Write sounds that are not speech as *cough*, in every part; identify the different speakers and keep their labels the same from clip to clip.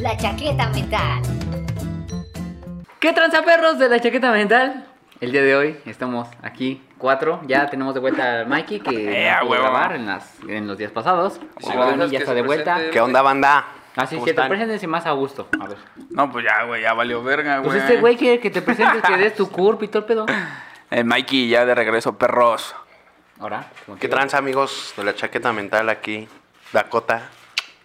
Speaker 1: la chaqueta mental.
Speaker 2: ¿Qué tranza perros de la chaqueta mental? El día de hoy estamos aquí cuatro. Ya tenemos de vuelta al Mikey que
Speaker 3: Eh,
Speaker 2: no pudo
Speaker 3: huevo.
Speaker 2: grabar en, las- en los días pasados.
Speaker 4: si
Speaker 2: Juan
Speaker 4: lo dejas
Speaker 2: ya
Speaker 4: que
Speaker 2: está
Speaker 4: se
Speaker 2: de vuelta.
Speaker 4: presente.
Speaker 3: ¿Qué onda, banda?
Speaker 2: Así
Speaker 3: ¿Cómo
Speaker 2: que te
Speaker 3: están?
Speaker 2: preséntense más a gusto. A ver.
Speaker 3: No, pues ya, güey, ya valió verga, güey.
Speaker 2: Pues este güey quiere que te presentes, que des tu curp y todo el pedo.
Speaker 3: Eh, Mikey, ya de regreso, perros.
Speaker 2: Ahora, como
Speaker 5: ¿Qué
Speaker 2: que-
Speaker 5: trans amigos de la chaqueta mental aquí? Dakota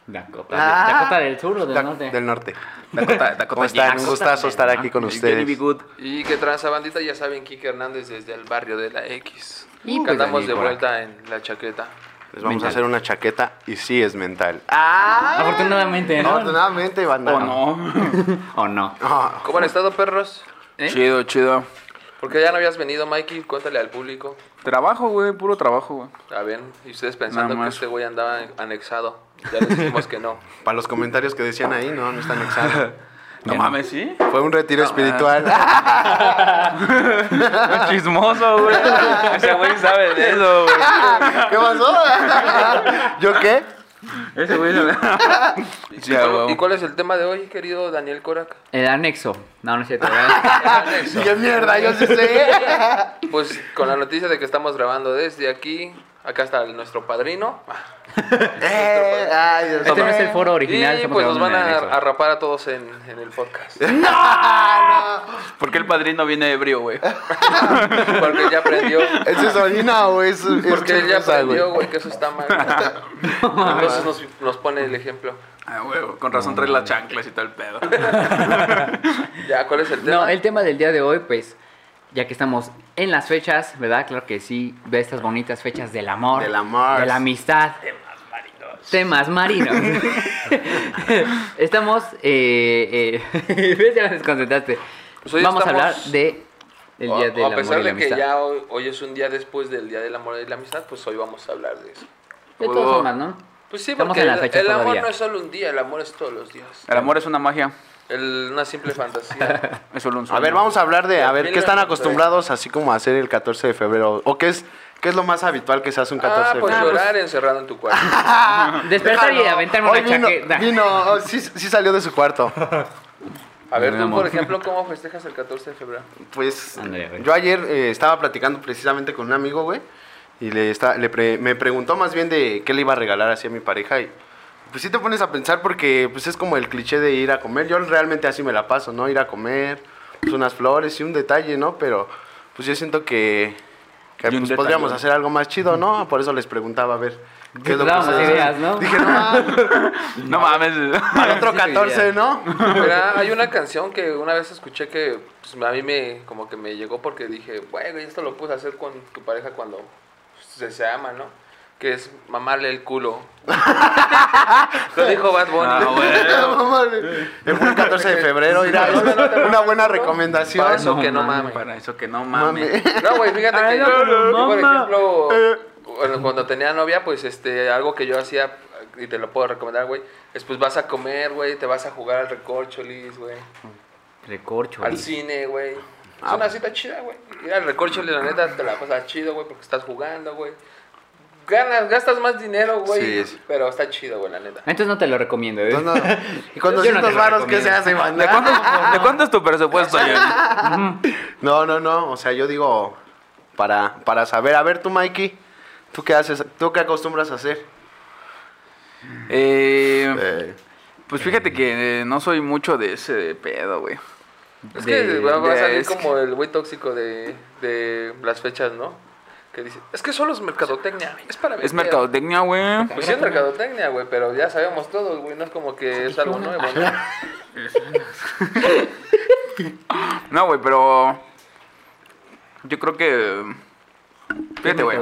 Speaker 2: Dakota,
Speaker 5: Ah.
Speaker 2: Dakota del sur o del
Speaker 5: Da-
Speaker 2: norte.
Speaker 5: del norte.
Speaker 3: Dakota, Dakota
Speaker 5: ¿Cómo están?
Speaker 3: Jackson.
Speaker 5: Un gustazo estar aquí con
Speaker 3: Ah, Johnny B.
Speaker 5: ustedes.
Speaker 3: Good.
Speaker 4: Y que tranza bandita, ya saben, Kike Hernández desde el barrio de la X.
Speaker 2: Y
Speaker 4: Y
Speaker 2: pues,
Speaker 4: andamos
Speaker 2: Dani
Speaker 4: de
Speaker 2: por
Speaker 4: vuelta en la chaqueta.
Speaker 5: Les vamos
Speaker 2: Mental.
Speaker 5: a hacer una chaqueta y sí es mental. Ah,
Speaker 2: Afortunadamente, ¿no?
Speaker 5: Afortunadamente, banda.
Speaker 3: ¿O Oh, *laughs* no?
Speaker 2: ¿O no?
Speaker 5: Ah,
Speaker 4: ¿Cómo han estado, perros?
Speaker 2: ¿Eh?
Speaker 3: Chido, chido.
Speaker 4: Porque ya no habías venido, Mikey. Cuéntale al público.
Speaker 3: Trabajo, güey, puro trabajo, güey.
Speaker 4: A ver, y ustedes pensando
Speaker 3: Nada
Speaker 4: que
Speaker 3: más.
Speaker 4: este güey andaba anexado. Ya les dijimos
Speaker 3: *laughs*
Speaker 4: que no.
Speaker 5: para los comentarios que decían ahí, no, no están anexados.
Speaker 3: No mames, ¿sí?
Speaker 5: Fue un retiro espiritual.
Speaker 3: Es *laughs* chismoso, güey. *laughs* Ese güey sabe de eso, güey.
Speaker 5: *laughs* ¿Qué pasó? ¿Yo qué?
Speaker 3: Ese güey sabe. *laughs* Sí,
Speaker 4: ¿Y,
Speaker 3: a
Speaker 4: cuál,
Speaker 3: huevo.
Speaker 4: y cuál es el tema de hoy, querido Daniel Korak?
Speaker 2: El anexo. No, no es cierto.
Speaker 4: *laughs*
Speaker 2: ¿verdad?
Speaker 5: Sí, ¡Qué mierda! Yo sí sé.
Speaker 4: Pues con la noticia de que estamos grabando desde aquí. Acá está nuestro padrino.
Speaker 5: Eh, ay, Dios
Speaker 2: Este no es el
Speaker 5: *laughs* mío.
Speaker 2: foro original.
Speaker 4: y
Speaker 2: estamos
Speaker 4: pues nos van
Speaker 2: grabando en
Speaker 4: a,
Speaker 2: el
Speaker 4: a
Speaker 2: anexo.
Speaker 4: rapar a todos en, en el podcast. *laughs*
Speaker 3: ¿Por qué el padrino viene ebrio, güey?
Speaker 4: Porque ya aprendió.
Speaker 5: ¿Es gasolina o es.? es
Speaker 4: Porque él ya
Speaker 5: cerveza, güey?
Speaker 4: aprendió, güey, que eso está
Speaker 5: *laughs*
Speaker 4: mal. Entonces nos, nos pone el ejemplo.
Speaker 3: Ah, güey, con razón trae las chanclas y todo el pedo.
Speaker 4: Ya, ¿cuál es el tema?
Speaker 2: No, el tema del día de hoy, pues, ya que estamos en las fechas, ¿verdad? Claro que sí, de estas bonitas fechas del amor.
Speaker 5: Del amor.
Speaker 2: De la amistad. Temas marinos. *laughs* estamos. Eh, *laughs* eh, ¿Ves? Ya me desconcentraste.
Speaker 4: Pues hoy
Speaker 2: Vamos a
Speaker 4: estamos-
Speaker 2: hablar de. El
Speaker 4: O-
Speaker 2: día del
Speaker 4: o
Speaker 2: amor
Speaker 4: a pesar
Speaker 2: y la
Speaker 4: de que
Speaker 2: amistad.
Speaker 4: ya hoy, hoy es un día después del Día del Amor y la Amistad, pues hoy vamos a hablar de eso.
Speaker 2: De todas
Speaker 5: Oh.
Speaker 3: Huevo.
Speaker 2: formas, ¿no?
Speaker 4: Pues sí,
Speaker 2: Estamos
Speaker 4: porque
Speaker 2: en la
Speaker 4: el,
Speaker 2: fecha
Speaker 4: el amor
Speaker 2: todavía.
Speaker 4: no es solo un día, el amor es todos los días.
Speaker 3: El amor es una magia.
Speaker 4: El- una
Speaker 2: *laughs*
Speaker 4: simple fantasía. Ah,
Speaker 3: Es solo un sueño.
Speaker 5: A ver, vamos a hablar de, a ver,
Speaker 4: Mira,
Speaker 5: ¿qué están
Speaker 4: pues,
Speaker 5: acostumbrados así como a hacer el 14 de febrero? ¿O qué es, qué es lo más habitual que se hace un 14
Speaker 4: ah,
Speaker 5: de
Speaker 4: pues
Speaker 5: febrero?
Speaker 4: llorar encerrado en tu cuarto.
Speaker 2: Despertar y
Speaker 5: Déjalo.
Speaker 2: aventarme
Speaker 5: Hoy
Speaker 2: una
Speaker 5: vino,
Speaker 2: chaqueta.
Speaker 5: Vino, oh, sí, sí salió de su cuarto.
Speaker 4: A ver,
Speaker 3: Mi
Speaker 4: tú, por
Speaker 3: amor.
Speaker 4: ejemplo, ¿cómo festejas el 14 de febrero?
Speaker 5: Pues
Speaker 2: Ándale, güey.
Speaker 5: yo ayer eh, estaba platicando precisamente con un amigo, güey, y le está, le pre- me preguntó más bien de qué le iba a regalar así a mi pareja y pues sí te pones a pensar porque pues es como el cliché de ir a comer. Yo realmente así me la paso, ¿no? Ir a comer, pues unas flores y un detalle, ¿no? Pero pues yo siento que, que,
Speaker 3: Y un
Speaker 5: pues,
Speaker 3: detalle.
Speaker 5: podríamos hacer algo más chido, ¿no? Por eso les preguntaba a ver qué es lo que
Speaker 2: Dábamos
Speaker 5: ustedes-
Speaker 2: ideas, ¿no?
Speaker 5: Dije,
Speaker 4: *laughs*
Speaker 5: no, ah,
Speaker 3: *laughs* No mames.
Speaker 5: al otro
Speaker 2: Sí, te
Speaker 5: 14,
Speaker 2: diría.
Speaker 5: ¿no? *laughs*
Speaker 4: Mira, hay una canción que una vez escuché que pues, a mí me como que me llegó porque dije, bueno, esto lo puedes hacer con tu pareja cuando se, se ama, ¿no? Que es mamarle
Speaker 2: *laughs*
Speaker 4: el culo. lo dijo Bad Bunny.
Speaker 3: Ah, güey.
Speaker 5: El buen 14 de febrero, mira,
Speaker 4: *laughs* No, no, no, no, no.
Speaker 5: una buena recomendación.
Speaker 4: *laughs* Para eso que no mames.
Speaker 3: Para eso que no mames.
Speaker 5: Mame.
Speaker 4: No, güey, fíjate
Speaker 2: Ay,
Speaker 4: que
Speaker 2: no, Eh.
Speaker 4: yo,
Speaker 2: pero
Speaker 4: yo, por
Speaker 2: mama.
Speaker 4: ejemplo, bueno, cuando tenía novia, pues este, algo que yo hacía, y te lo puedo recomendar, güey, es pues vas a comer, güey, te vas a jugar al recorcholis, güey,
Speaker 2: Recorcho.
Speaker 4: al cine, güey. Es una cita chida, güey. Ir al recorcholis, la neta, te la pasas chido, güey, porque estás jugando, güey. Ganas, gastas más dinero, güey,
Speaker 5: Sí, sí.
Speaker 4: pero está chido, güey, la neta.
Speaker 2: Entonces no te lo recomiendo, ¿eh?
Speaker 5: No, no. Y
Speaker 2: *laughs*
Speaker 5: con
Speaker 2: Yo no te
Speaker 5: 200
Speaker 2: lo
Speaker 5: varos, ¿qué se
Speaker 2: recomiendo.
Speaker 5: hace,
Speaker 3: ¿De
Speaker 5: banda?
Speaker 3: cuánto, ¿De cuánto es tu *laughs* presupuesto, Johnny?
Speaker 5: No, no, no. O sea, yo digo para, para saber. A ver, tú, Mikey, ¿tú qué haces? ¿Tú qué acostumbras a hacer?
Speaker 3: Eh,
Speaker 5: Eh,
Speaker 3: pues fíjate que eh, no soy mucho de ese pedo, güey.
Speaker 4: Es que
Speaker 2: De-
Speaker 4: va, va a
Speaker 3: de-
Speaker 4: salir
Speaker 3: es que-
Speaker 4: como el güey tóxico de, de las fechas, ¿no? Que dice, es que solo es mercadotecnia, es para
Speaker 3: Es
Speaker 4: vender".
Speaker 3: mercadotecnia, güey.
Speaker 4: Pues sí es mercadotecnia, güey, pero ya sabemos todos, güey, no es como que es algo nuevo, ¿no?
Speaker 3: No, güey, pero. Yo creo que. Fíjate, güey.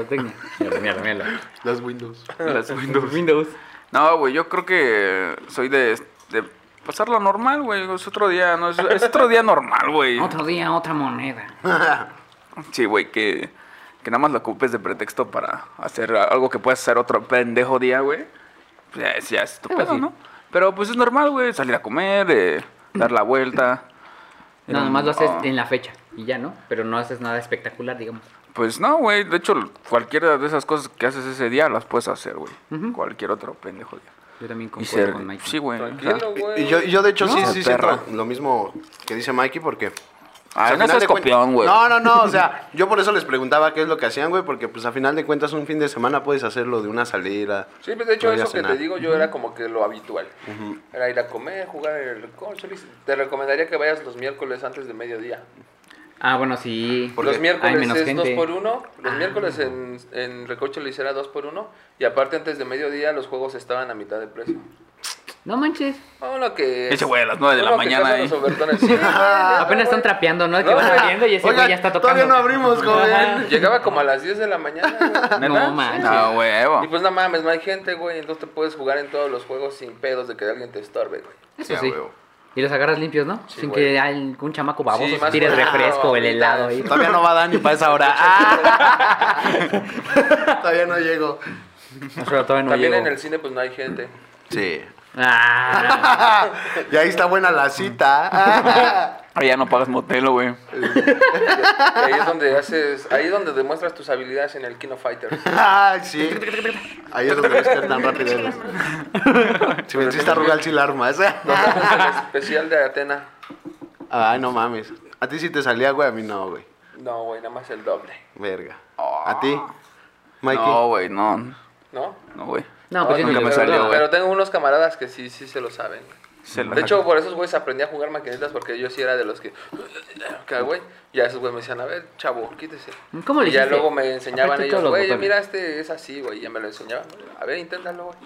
Speaker 2: Míralo, míralo, míralo.
Speaker 5: las Windows.
Speaker 3: Las
Speaker 2: Windows. Windows.
Speaker 3: No, güey, yo creo que soy de, de pasarlo normal, güey. Es otro día, no es, es otro día normal, güey.
Speaker 2: Otro día, otra moneda.
Speaker 3: Sí, güey, que, que nada más lo ocupes de pretexto para hacer algo que puedas hacer otro pendejo día, güey. Pues ya, es- ya es tu
Speaker 2: Algo
Speaker 3: pedo,
Speaker 2: así.
Speaker 3: ¿no? Pero pues es normal, güey, salir a comer, eh, dar la vuelta.
Speaker 2: No, nomás lo haces
Speaker 3: Ah.
Speaker 2: en la fecha y ya, ¿no? Pero no haces nada espectacular, digamos.
Speaker 3: Pues no, güey. De hecho, cualquiera de esas cosas que haces ese día las puedes hacer, güey. Cualquier otro pendejo día.
Speaker 2: Yo también
Speaker 3: Y
Speaker 2: concuerdo
Speaker 3: se-
Speaker 2: con Mike.
Speaker 3: Sí, güey. o sea,
Speaker 4: Tranquilo,
Speaker 5: Y
Speaker 4: güey.
Speaker 5: yo, y yo de hecho sí,
Speaker 3: No,
Speaker 5: sí
Speaker 3: perro.
Speaker 5: siento lo mismo que dice Mikey porque...
Speaker 3: Ah,
Speaker 5: al
Speaker 3: no
Speaker 5: final
Speaker 3: seas
Speaker 5: de cuen-
Speaker 3: copión, güey.
Speaker 5: No, no, no, o sea, yo por eso les preguntaba qué es lo que hacían, güey, porque pues a final de cuentas un fin de semana puedes hacerlo de una salida.
Speaker 4: Sí, pues de hecho
Speaker 5: podrías
Speaker 4: eso que te
Speaker 5: cenar.
Speaker 4: digo yo era como que lo habitual. Era ir a comer, jugar en el recón. Yo les- Te recomendaría que vayas los miércoles antes de mediodía.
Speaker 2: Ah, bueno, sí.
Speaker 5: ¿Por
Speaker 4: los
Speaker 5: qué?
Speaker 2: Hay
Speaker 4: miércoles
Speaker 2: menos
Speaker 4: es
Speaker 2: gente.
Speaker 4: 2x1.
Speaker 3: Ah.
Speaker 4: Los miércoles en, en Recocho le hiciera 2x1. Y aparte antes de mediodía los juegos estaban a mitad de precio.
Speaker 2: No manches.
Speaker 4: Uno que...
Speaker 3: Ese güey a las nueve de la
Speaker 4: uno que
Speaker 3: mañana,
Speaker 4: caza
Speaker 3: ¿eh?
Speaker 4: los
Speaker 3: *laughs*
Speaker 4: overtones. Sí, güey, neta,
Speaker 2: Apenas están
Speaker 4: Ah, güey.
Speaker 2: trapeando, ¿no? Que
Speaker 4: No,
Speaker 2: van
Speaker 4: güey.
Speaker 2: saliendo y ese
Speaker 5: Oigan,
Speaker 2: güey ya está tocando.
Speaker 5: todavía no
Speaker 2: *laughs*
Speaker 5: abrimos, joven.
Speaker 2: Ajá.
Speaker 4: Llegaba como a las 10 de la mañana. güey.
Speaker 2: No manches.
Speaker 3: *laughs* No, huevo.
Speaker 4: Y pues no mames, no hay gente, güey. Entonces te puedes jugar en todos los juegos sin pedos de que alguien te estorbe, güey.
Speaker 2: Eso
Speaker 5: Ya,
Speaker 2: sí.
Speaker 5: huevo.
Speaker 2: Y los agarras limpios, ¿no?
Speaker 4: Sí,
Speaker 2: Sin
Speaker 4: güey.
Speaker 2: que algún chamaco baboso
Speaker 4: Sí,
Speaker 2: se
Speaker 4: más
Speaker 2: tire el
Speaker 4: cuidado,
Speaker 2: refresco, el
Speaker 4: ahorita.
Speaker 2: helado ahí.
Speaker 5: Todavía no va Dani para esa hora. Ah, *laughs* todavía no llego.
Speaker 2: O sea, todavía no
Speaker 4: También
Speaker 2: llego.
Speaker 4: en el cine pues no hay gente.
Speaker 5: Sí.
Speaker 2: Ah,
Speaker 5: *laughs* Y ahí está buena la cita. *laughs*
Speaker 3: Allá no pagas motelo, güey.
Speaker 4: Y ahí es donde haces, ahí es donde demuestras tus habilidades en el Kino Fighter.
Speaker 5: Ay, sí. Ahí es donde ves que tan rápido eres. Si venciste a Rugal, sí la armas. *laughs*
Speaker 4: el especial de Atena.
Speaker 5: Ay, no mames. A ti sí te salía, güey. A mí no, güey.
Speaker 4: No, güey, nada más el doble.
Speaker 5: Verga. ¿A ti? Mikey.
Speaker 3: No, güey, no.
Speaker 4: ¿no?
Speaker 3: No, güey.
Speaker 2: no, pues yo
Speaker 3: nunca
Speaker 2: ni-
Speaker 3: me
Speaker 4: pero,
Speaker 3: salió, güey.
Speaker 4: pero tengo unos camaradas que sí, sí se lo saben.
Speaker 3: Se la
Speaker 4: De hecho,
Speaker 3: saca.
Speaker 4: por esos güeyes aprendí a jugar maquinitas porque yo sí era de los que. que, güey. Y a esos güeyes me decían, a ver, chavo, quítese.
Speaker 2: ¿Cómo le
Speaker 4: Y ya
Speaker 2: hiciste?
Speaker 4: luego me enseñaban
Speaker 2: Aprieta
Speaker 4: ellos,
Speaker 2: todos los
Speaker 4: güey,
Speaker 2: botones".
Speaker 4: mira, este es así, güey. Y ya me lo enseñaban. A ver, inténtalo, güey.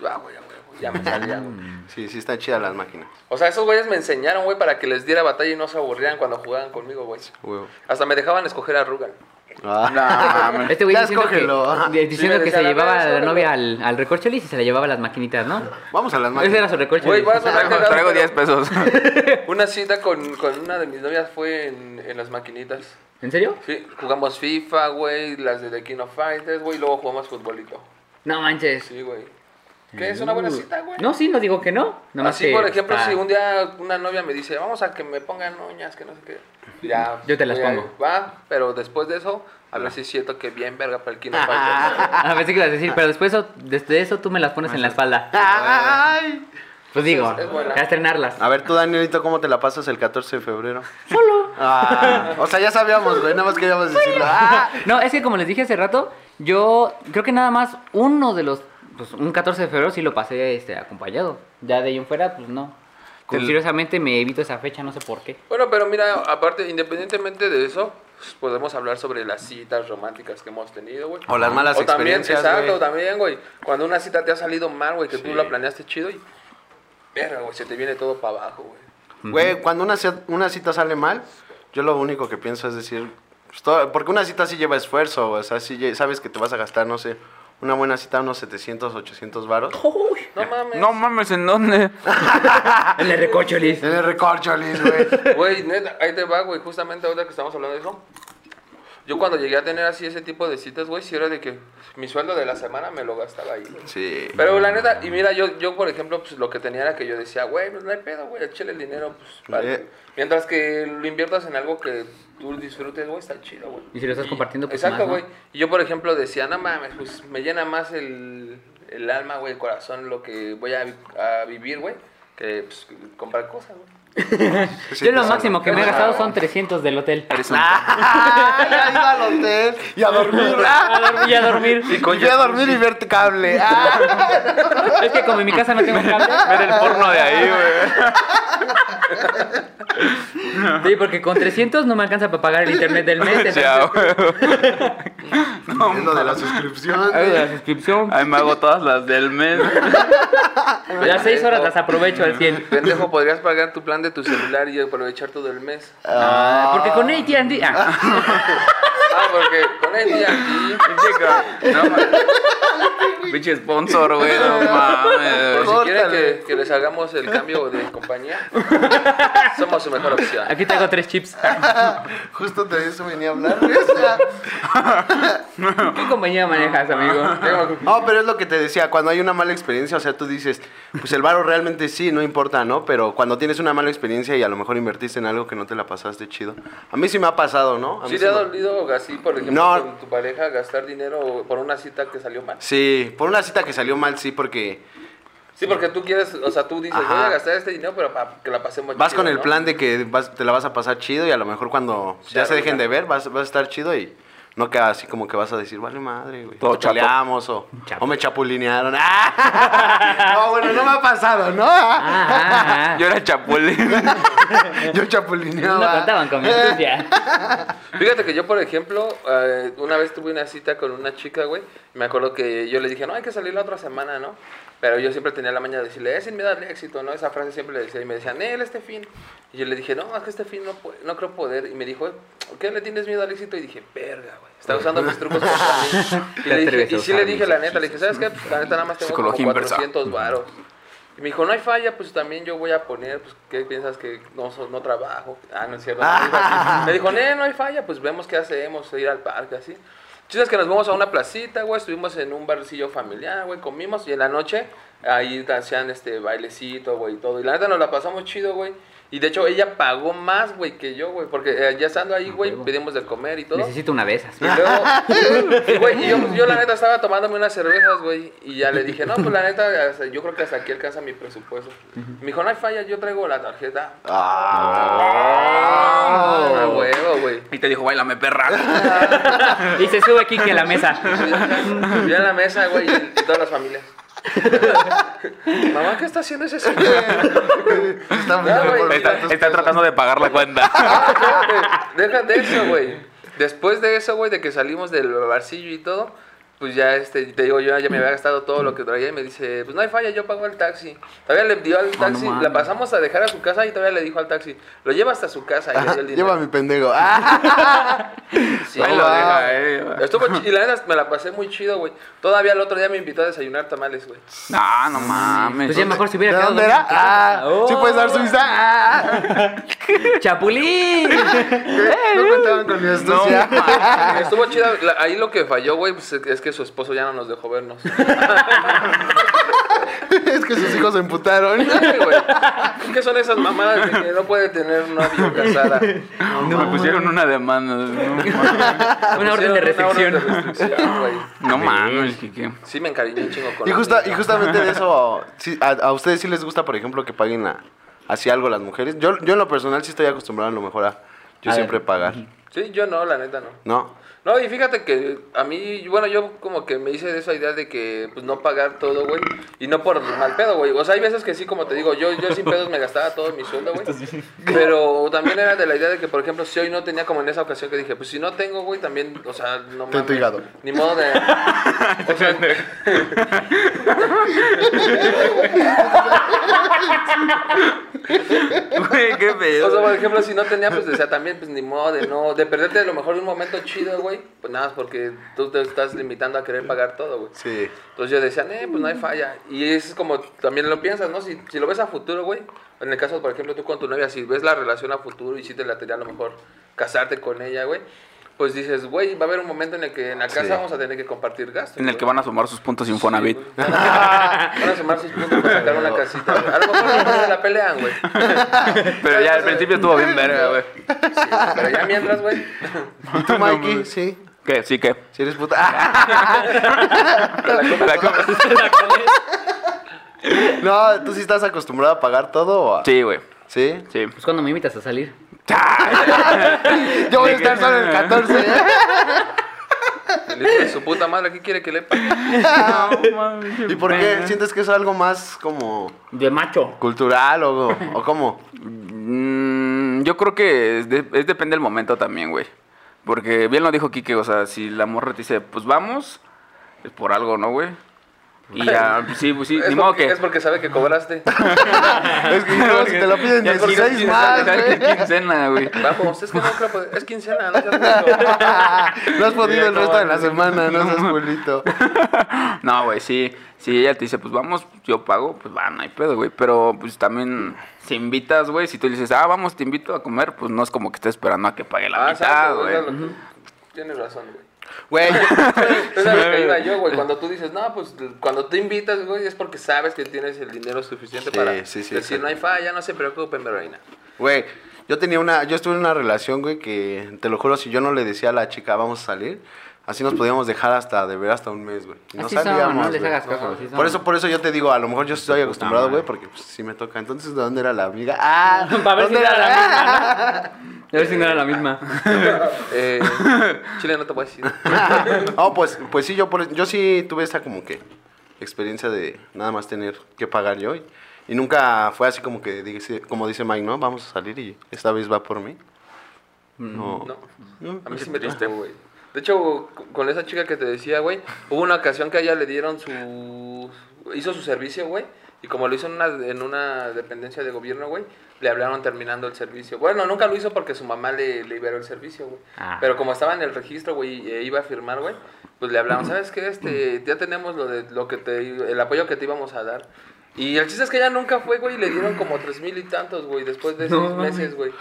Speaker 4: Yo, "Ah, güey, a huevo". Ya me salía, güey.
Speaker 5: Sí, sí están chidas las máquinas.
Speaker 4: O sea, esos güeyes me enseñaron, güey, para que les diera batalla y no se aburrieran cuando jugaban conmigo, güey.
Speaker 5: Huevo.
Speaker 4: Hasta me dejaban escoger a Rugal.
Speaker 5: *laughs* Ah,
Speaker 3: No, mames.
Speaker 2: Este güey
Speaker 5: Ya
Speaker 2: diciendo
Speaker 5: escógelo.
Speaker 2: que, de- diciendo
Speaker 4: me
Speaker 2: que
Speaker 4: decía,
Speaker 2: se
Speaker 4: "A ver,
Speaker 2: llevaba la
Speaker 4: órale".
Speaker 2: novia al, al recorcholis y se la llevaba a las maquinitas, ¿no?
Speaker 5: Vamos a las
Speaker 2: Ese era
Speaker 5: máquinas.
Speaker 2: su
Speaker 4: Güey,
Speaker 2: recorcholis. *laughs*
Speaker 4: vas a
Speaker 3: Traigo 10 pesos.
Speaker 5: *laughs*
Speaker 4: Una cita con, con una de mis novias fue en, en las maquinitas.
Speaker 2: ¿En serio?
Speaker 4: Sí, jugamos FIFA, güey, las de The King of Fighters, güey, y luego jugamos futbolito.
Speaker 2: No manches. Uh.
Speaker 4: Sí, güey. ¿Qué es una buena cita, güey?
Speaker 2: No, sí, no digo que no. Nada más
Speaker 4: Así,
Speaker 2: que
Speaker 4: por ejemplo,
Speaker 2: está- *laughs*
Speaker 4: si un día una novia me dice, vamos a que me pongan uñas, que no sé qué. Ya.
Speaker 2: Yo te las
Speaker 4: voy a-
Speaker 2: pongo.
Speaker 4: Va, pero después de eso, a ver si siento que bien verga para el King of
Speaker 2: Ah,
Speaker 4: Fighters.
Speaker 2: A ver si ibas a decir, pero después eso, desde eso tú me las pones en la espalda.
Speaker 5: Ay.
Speaker 2: Pues digo,
Speaker 4: Ah, es buena.
Speaker 2: a estrenarlas.
Speaker 5: A ver, tú, Danielito, ¿cómo te la pasas el 14 de febrero? Solo. Ah, o sea, ya sabíamos, güey. Nada más queríamos decirlo. Ah.
Speaker 2: No, es que como les dije hace rato, yo creo que nada más uno de los. Pues un 14 de febrero sí lo pasé este, acompañado. Ya de ahí en fuera, pues no.
Speaker 3: Te-
Speaker 2: Curiosamente me evito esa fecha, no sé por qué.
Speaker 4: Bueno, pero mira, aparte, independientemente de eso, podemos hablar sobre las citas románticas que hemos tenido, güey.
Speaker 5: O las malas
Speaker 4: o también,
Speaker 5: experiencias,
Speaker 4: exacto,
Speaker 5: güey.
Speaker 4: también, güey. Cuando una cita te ha salido mal, güey, que
Speaker 5: Sí.
Speaker 4: tú la planeaste chido y. Verga, güey, se te viene todo para abajo, güey.
Speaker 5: Güey, cuando una, ci- una cita sale mal, yo lo único que pienso es decir, pues, todo- porque una cita sí lleva esfuerzo, o sea, sí lle- sabes que te vas a gastar, no sé, una buena cita unos 700, 800 varos.
Speaker 2: Oh.
Speaker 4: No mames.
Speaker 3: No mames, ¿en dónde? Ah,
Speaker 2: El de recorcholis.
Speaker 5: En el recorcholis,
Speaker 2: *laughs*
Speaker 5: güey.
Speaker 4: Güey, neta, ahí te va, güey. Justamente ahora que estamos hablando de eso. Yo cuando llegué a tener así ese tipo de citas, güey, sí era de que mi sueldo de la semana me lo gastaba ahí, güey.
Speaker 5: Sí.
Speaker 4: Pero la neta, y mira, yo, yo por ejemplo, pues lo que tenía era que yo decía, güey, pues no hay pedo, güey, échale el dinero, pues, para-
Speaker 5: Eh.
Speaker 4: Mientras que lo inviertas en algo que tú disfrutes, güey, está chido, güey.
Speaker 2: Y si lo estás compartiendo, pues,
Speaker 4: Exacto,
Speaker 2: más, ¿no?
Speaker 4: güey. Y yo, por ejemplo, decía, no mames, pues me llena más el, el alma, güey, el corazón, lo que voy a, vi- a vivir, güey, que pues, comprar cosas, güey.
Speaker 5: Sí,
Speaker 2: yo lo
Speaker 5: te
Speaker 2: máximo
Speaker 5: salva.
Speaker 2: que me he
Speaker 4: Claro.
Speaker 2: gastado son 300 del hotel.
Speaker 3: Eres un-
Speaker 5: Ah, ya iba al hotel y a *laughs* dormir.
Speaker 2: A dormir, y a
Speaker 3: *laughs*
Speaker 2: dormir.
Speaker 5: Y a dormir y verte cable.
Speaker 2: Es que como en mi casa no tengo cable.
Speaker 3: Ver el porno de ahí,
Speaker 2: *laughs*
Speaker 3: güey.
Speaker 2: Sí, porque con 300 no me alcanza para pagar el internet del mes.
Speaker 5: *laughs*
Speaker 2: entonces-
Speaker 3: Ya, güey.
Speaker 5: Es lo de la suscripción.
Speaker 2: Ay,
Speaker 5: güey.
Speaker 2: la suscripción.
Speaker 3: Ahí me hago todas las del mes.
Speaker 2: Las 6 Ah, horas las aprovecho al 100.
Speaker 4: Pendejo, podrías pagar tu plan de tu celular y aprovechar todo el mes.
Speaker 2: Ah, porque con AT&T... Ah,
Speaker 4: Ah, porque con el día aquí.
Speaker 3: No *laughs* mames. Pinche sponsor, güey. No mames.
Speaker 4: Pero si quieren
Speaker 5: Córtale.
Speaker 4: que, que les hagamos el cambio de
Speaker 5: *laughs*
Speaker 4: compañía, somos su mejor opción.
Speaker 2: aquí tengo tres chips.
Speaker 5: Ah, Justo te eso venía a hablar. güey, o sea.
Speaker 2: ¿Qué compañía manejas,
Speaker 5: *laughs*
Speaker 2: amigo?
Speaker 4: Tengo-
Speaker 5: No, pero es lo que te decía, cuando hay una mala experiencia, o sea, tú dices, pues el varo realmente sí, no importa, ¿no? Pero cuando tienes una mala experiencia y a lo mejor invertiste en algo que no te la pasaste chido. A mí sí me ha pasado, ¿no? A mí
Speaker 4: ¿Sí te ha
Speaker 5: me-
Speaker 4: dolido así, por ejemplo,
Speaker 5: No.
Speaker 4: con tu pareja gastar dinero por una cita que salió mal?
Speaker 5: Sí, por una cita que salió mal, sí, porque
Speaker 4: Sí, porque tú quieres, o sea, tú dices,
Speaker 5: Ajá.
Speaker 4: voy a gastar este dinero, pero para que la pasemos
Speaker 5: Vas con
Speaker 4: chido,
Speaker 5: el
Speaker 4: ¿no?
Speaker 5: plan de que vas- te la vas a pasar chido y a lo mejor cuando
Speaker 4: Sí,
Speaker 5: ya se
Speaker 4: arruina.
Speaker 5: dejen de ver vas, vas a estar chido y no queda así como que vas a decir, vale madre, güey.
Speaker 3: Todo
Speaker 5: nos peleamos o,
Speaker 2: Chapo.
Speaker 5: o me chapulinearon. *laughs* ¡Ah!
Speaker 4: *laughs*
Speaker 5: No, bueno, no me ha pasado, ¿no? *laughs*
Speaker 2: Ah, ah, ah.
Speaker 3: *laughs* Yo era *laughs* chapulín.
Speaker 5: Yo
Speaker 2: no
Speaker 5: chapulineaba.
Speaker 2: contaban con mi
Speaker 5: eh. *laughs*
Speaker 2: astucia.
Speaker 4: Fíjate que yo, por ejemplo, eh, una vez tuve una cita con una chica, güey. y Me acuerdo que yo le dije, no, hay que salir la otra semana, ¿no? Pero yo siempre tenía la maña de decirle, es sin miedo al éxito, ¿no? Esa frase siempre le decía. Y me decía, Nel, este fin. Y yo le dije, no, es que este fin no, pu- no creo poder. Y me dijo, ¿por qué le tienes miedo al éxito? Y dije, verga, güey. Está usando mis
Speaker 2: *laughs*
Speaker 4: trucos contra mí. Y,
Speaker 2: Te
Speaker 4: le dije-
Speaker 2: atreves a
Speaker 4: y sí le
Speaker 2: usar
Speaker 4: dije,
Speaker 2: mis
Speaker 4: la neta, le dije, ¿sabes qué? Pues, la neta nada más tengo como
Speaker 3: Psicología inversa.
Speaker 4: 400 varos. Y me dijo, no hay falla, pues también yo voy a poner, pues, ¿qué piensas que no, so- no trabajo? Ah, no es cierto. no, iba así. me dijo, no, no hay falla, pues vemos qué hacemos, ir al parque, así. Chistes que nos vamos a una placita, güey, estuvimos en un barcillo familiar, güey, comimos y en la noche ahí hacían este bailecito, güey, y todo. Y la neta nos la pasamos chido, güey. Y de hecho ella pagó más, güey, que yo, güey, porque eh, ya estando
Speaker 3: Ah,
Speaker 4: ahí, güey,
Speaker 2: huevo.
Speaker 4: pedimos de comer y todo.
Speaker 2: Necesito una de esas.
Speaker 4: Y luego, y, güey, y yo, yo la neta estaba tomándome unas cervezas, güey, y ya le dije, no, pues la neta, hasta- yo creo que hasta aquí alcanza mi presupuesto. Me dijo, no hay falla, yo traigo la tarjeta. Ah, huevo, güey.
Speaker 3: Y te dijo, bailame perra.
Speaker 2: Y se sube Kiki a la
Speaker 5: *laughs*
Speaker 2: mesa. Pues
Speaker 4: Yo en la mesa, güey, y y todas las familias. *laughs* Mamá, ¿qué está haciendo ese señor?
Speaker 5: Está muy
Speaker 4: Ya,
Speaker 5: bien,
Speaker 4: güey,
Speaker 5: por
Speaker 3: *laughs* Está,
Speaker 5: tantos
Speaker 3: está
Speaker 5: pesos.
Speaker 3: tratando de pagar la cuenta.
Speaker 4: Ah, no, güey, Deja de eso, güey. Después de eso, güey, de que salimos del barcillo y todo, pues ya, este, te digo, yo ya me había gastado todo lo que traía y me dice, pues no hay falla, yo pago el taxi. Todavía le dio al taxi,
Speaker 2: mames.
Speaker 4: la pasamos a dejar a su casa y todavía le dijo al taxi, lo lleva hasta su casa y le dio el dinero.
Speaker 5: Lleva mi pendejo. Ah,
Speaker 2: *laughs*
Speaker 4: Sí,
Speaker 3: Ahí
Speaker 4: lo
Speaker 3: lo
Speaker 5: wow.
Speaker 4: deja,
Speaker 3: deja,
Speaker 4: eh.
Speaker 3: eh.
Speaker 4: Estuvo chi- y la neta me la pasé muy chido, güey. Todavía el otro día me invitó a desayunar tamales, güey.
Speaker 3: *laughs* No, no
Speaker 2: Pues ya
Speaker 3: mames.
Speaker 2: mejor se
Speaker 5: ¿De
Speaker 2: hubiera quedado.
Speaker 5: dónde era?
Speaker 2: en casa. Oh.
Speaker 5: Ah, ¿Sí puedes dar Suiza? Ah, *laughs*
Speaker 2: ¡Chapulín! Eh,
Speaker 5: no contaban con mi astucia.
Speaker 4: Estuvo chida. la- ahí lo que falló, güey, pues, es que su esposo ya no nos dejó vernos.
Speaker 5: *laughs* es que sus hijos se
Speaker 4: *laughs*
Speaker 5: emputaron.
Speaker 4: Ay,
Speaker 2: *laughs*
Speaker 4: güey. ¿Qué son esas mamadas de que no puede tener novio casada?
Speaker 3: No, me pusieron una demanda. No
Speaker 2: *laughs*
Speaker 3: mames.
Speaker 2: Una orden de restricción.
Speaker 4: restricción, güey.
Speaker 3: No mames, Kike.
Speaker 4: Sí, me encariñé un chingo con
Speaker 5: Y,
Speaker 4: la
Speaker 5: justa- y
Speaker 4: niña.
Speaker 5: justamente de eso, sí, a, a ustedes sí les gusta, por ejemplo, que paguen la- así algo las mujeres. Yo, yo en lo personal sí estoy acostumbrado a lo mejor a yo
Speaker 2: A
Speaker 5: siempre
Speaker 2: ver.
Speaker 5: pagar,
Speaker 4: Sí, yo no, la neta no.
Speaker 5: ¿no?
Speaker 4: No, y fíjate que a mí, bueno, yo como que me hice de esa idea de que pues no pagar todo, güey. Y no por mal pedo, güey. O sea, hay veces que sí, como te digo, yo, yo sin pedos me gastaba todo mi sueldo, güey. Pero también era de la idea de que, por ejemplo, si hoy no tenía como en esa ocasión que dije, pues si no tengo, güey, también, o sea, no
Speaker 5: Ten tu
Speaker 4: mames.
Speaker 5: hígado.
Speaker 4: Ni
Speaker 2: *laughs*
Speaker 4: modo de. O sea,
Speaker 3: Güey, qué
Speaker 4: O sea,
Speaker 3: pedo.
Speaker 4: por ejemplo, si no tenía, pues decía también, pues ni modo de no, de perderte a lo mejor un momento chido, güey. Pues nada, más porque tú te estás limitando a querer pagar todo, güey.
Speaker 5: Sí.
Speaker 4: Entonces yo decía, eh, pues no hay falla. Y es como, también lo piensas, ¿no? Si, si lo ves a futuro, güey. En el caso, por ejemplo, tú con tu novia, si ves la relación a futuro y si te la tería a lo mejor casarte con ella, güey. Pues dices, güey, va a haber un momento en el que en la casa
Speaker 5: Sí.
Speaker 4: vamos a tener que compartir gastos.
Speaker 3: En el
Speaker 4: güey".
Speaker 3: que van a sumar sus puntos Infonavit.
Speaker 4: Sí, güey. *laughs* Van a van a sumar sus puntos para sacar una casita. güey. A lo mejor después se la pelean, güey.
Speaker 3: Pero ya al principio estuvo bien verga, güey.
Speaker 4: Sí, pero ya mientras, güey. *laughs*
Speaker 5: ¿Y
Speaker 2: *laughs*
Speaker 5: tú, Mikey? sí.
Speaker 3: ¿Qué? Sí,
Speaker 5: *laughs*
Speaker 3: ¿qué?
Speaker 5: Si eres puta. Ah,
Speaker 3: La co-
Speaker 5: no, ¿tú sí estás acostumbrado a pagar todo? o a-
Speaker 3: Sí, güey.
Speaker 5: ¿Sí?
Speaker 3: Sí.
Speaker 2: Pues cuando me invitas a salir.
Speaker 5: Yo voy a estar solo el 14.
Speaker 2: *laughs*
Speaker 5: ¿eh?
Speaker 4: El hijo de su puta madre, ¿qué quiere que le pague?
Speaker 3: *laughs*
Speaker 5: ¿Y por qué? ¿Sientes que es algo más como
Speaker 2: De macho.
Speaker 5: cultural o, o cómo?
Speaker 3: Mm, yo creo que es, de- es depende del momento también, güey. Porque bien lo dijo Kike, o sea, si la morra te dice, pues vamos, es por algo, ¿no, güey? Y ya, pues sí, pues
Speaker 5: *laughs*
Speaker 3: sí,
Speaker 4: es,
Speaker 3: ni modo
Speaker 4: porque,
Speaker 3: que.
Speaker 4: es porque sabe que cobraste.
Speaker 5: Es que no, si te lo piden
Speaker 3: *laughs* Ya es porque
Speaker 5: 16
Speaker 3: es
Speaker 5: más,
Speaker 3: quincena,
Speaker 5: güey.
Speaker 3: ya es quincena, güey.
Speaker 4: Vamos, es que no creo poder- Es quincena, no
Speaker 5: *laughs*
Speaker 4: seas malo.
Speaker 5: *laughs* No has podido el resto de la semana, no seas culito.
Speaker 3: No, güey, sí. Si ella te dice, pues vamos, yo pago, pues va, no hay pedo, güey. Pero pues también, si invitas, güey, si tú le dices, ah, vamos, te invito a comer, pues no es como que estés esperando a que pague la
Speaker 4: Ah,
Speaker 3: mitad,
Speaker 4: exacto,
Speaker 3: güey.
Speaker 4: es lo que- Tienes razón,
Speaker 5: *laughs*
Speaker 4: güey.
Speaker 5: Güey,
Speaker 4: Es a lo que iba yo, güey. Cuando tú dices, no, pues cuando te invitas, güey, es porque sabes que tienes el dinero suficiente
Speaker 5: Sí,
Speaker 4: para
Speaker 5: sí, sí,
Speaker 4: decir,
Speaker 5: exacto.
Speaker 4: no hay falla, no se preocupen, mi reina.
Speaker 5: Güey, yo tenía una, yo estuve en una relación, güey, que te lo juro, si yo no le decía a la chica, vamos a salir, Así nos podíamos dejar hasta, de ver hasta un mes, güey. Y No
Speaker 2: Así son,
Speaker 5: salíamos,
Speaker 2: no les
Speaker 5: güey.
Speaker 2: hagas caso. así son.
Speaker 5: Por eso, por eso yo te digo, a lo mejor yo estoy acostumbrado,
Speaker 3: madre.
Speaker 5: güey, porque pues, sí me toca. Entonces, ¿de dónde era la amiga? Ah,
Speaker 2: Pa' ver si
Speaker 5: ¿dónde
Speaker 2: no era la
Speaker 5: la- *laughs*
Speaker 2: A ver si no era la misma.
Speaker 4: Eh, Chile no te voy a decir.
Speaker 5: *laughs* No, pues, pues sí, yo, por- yo sí tuve esta como que experiencia de nada más tener que pagar yo. Y, y nunca fue así como que, dice, como dice Mike, ¿no? Vamos a salir y esta vez va por mí.
Speaker 3: Mm,
Speaker 5: No.
Speaker 4: No. A mí sí me triste, güey. De hecho, con- con esa chica que te decía, güey, hubo una ocasión que a ella le dieron su... Hizo su servicio, güey. Y como lo hizo en una, en una dependencia de gobierno, güey, le hablaron terminando el servicio. Bueno, nunca lo hizo porque su mamá le le liberó el servicio, güey.
Speaker 2: Ah.
Speaker 4: Pero como estaba en el registro, güey, e iba a firmar, güey, pues le hablaron, ¿sabes qué? Este, ya tenemos lo de lo que te, el apoyo que te íbamos a dar. Y el chiste es que ella nunca fue, güey, y le dieron como tres mil y tantos, güey, después de
Speaker 2: No
Speaker 4: seis
Speaker 2: mames.
Speaker 4: meses, güey.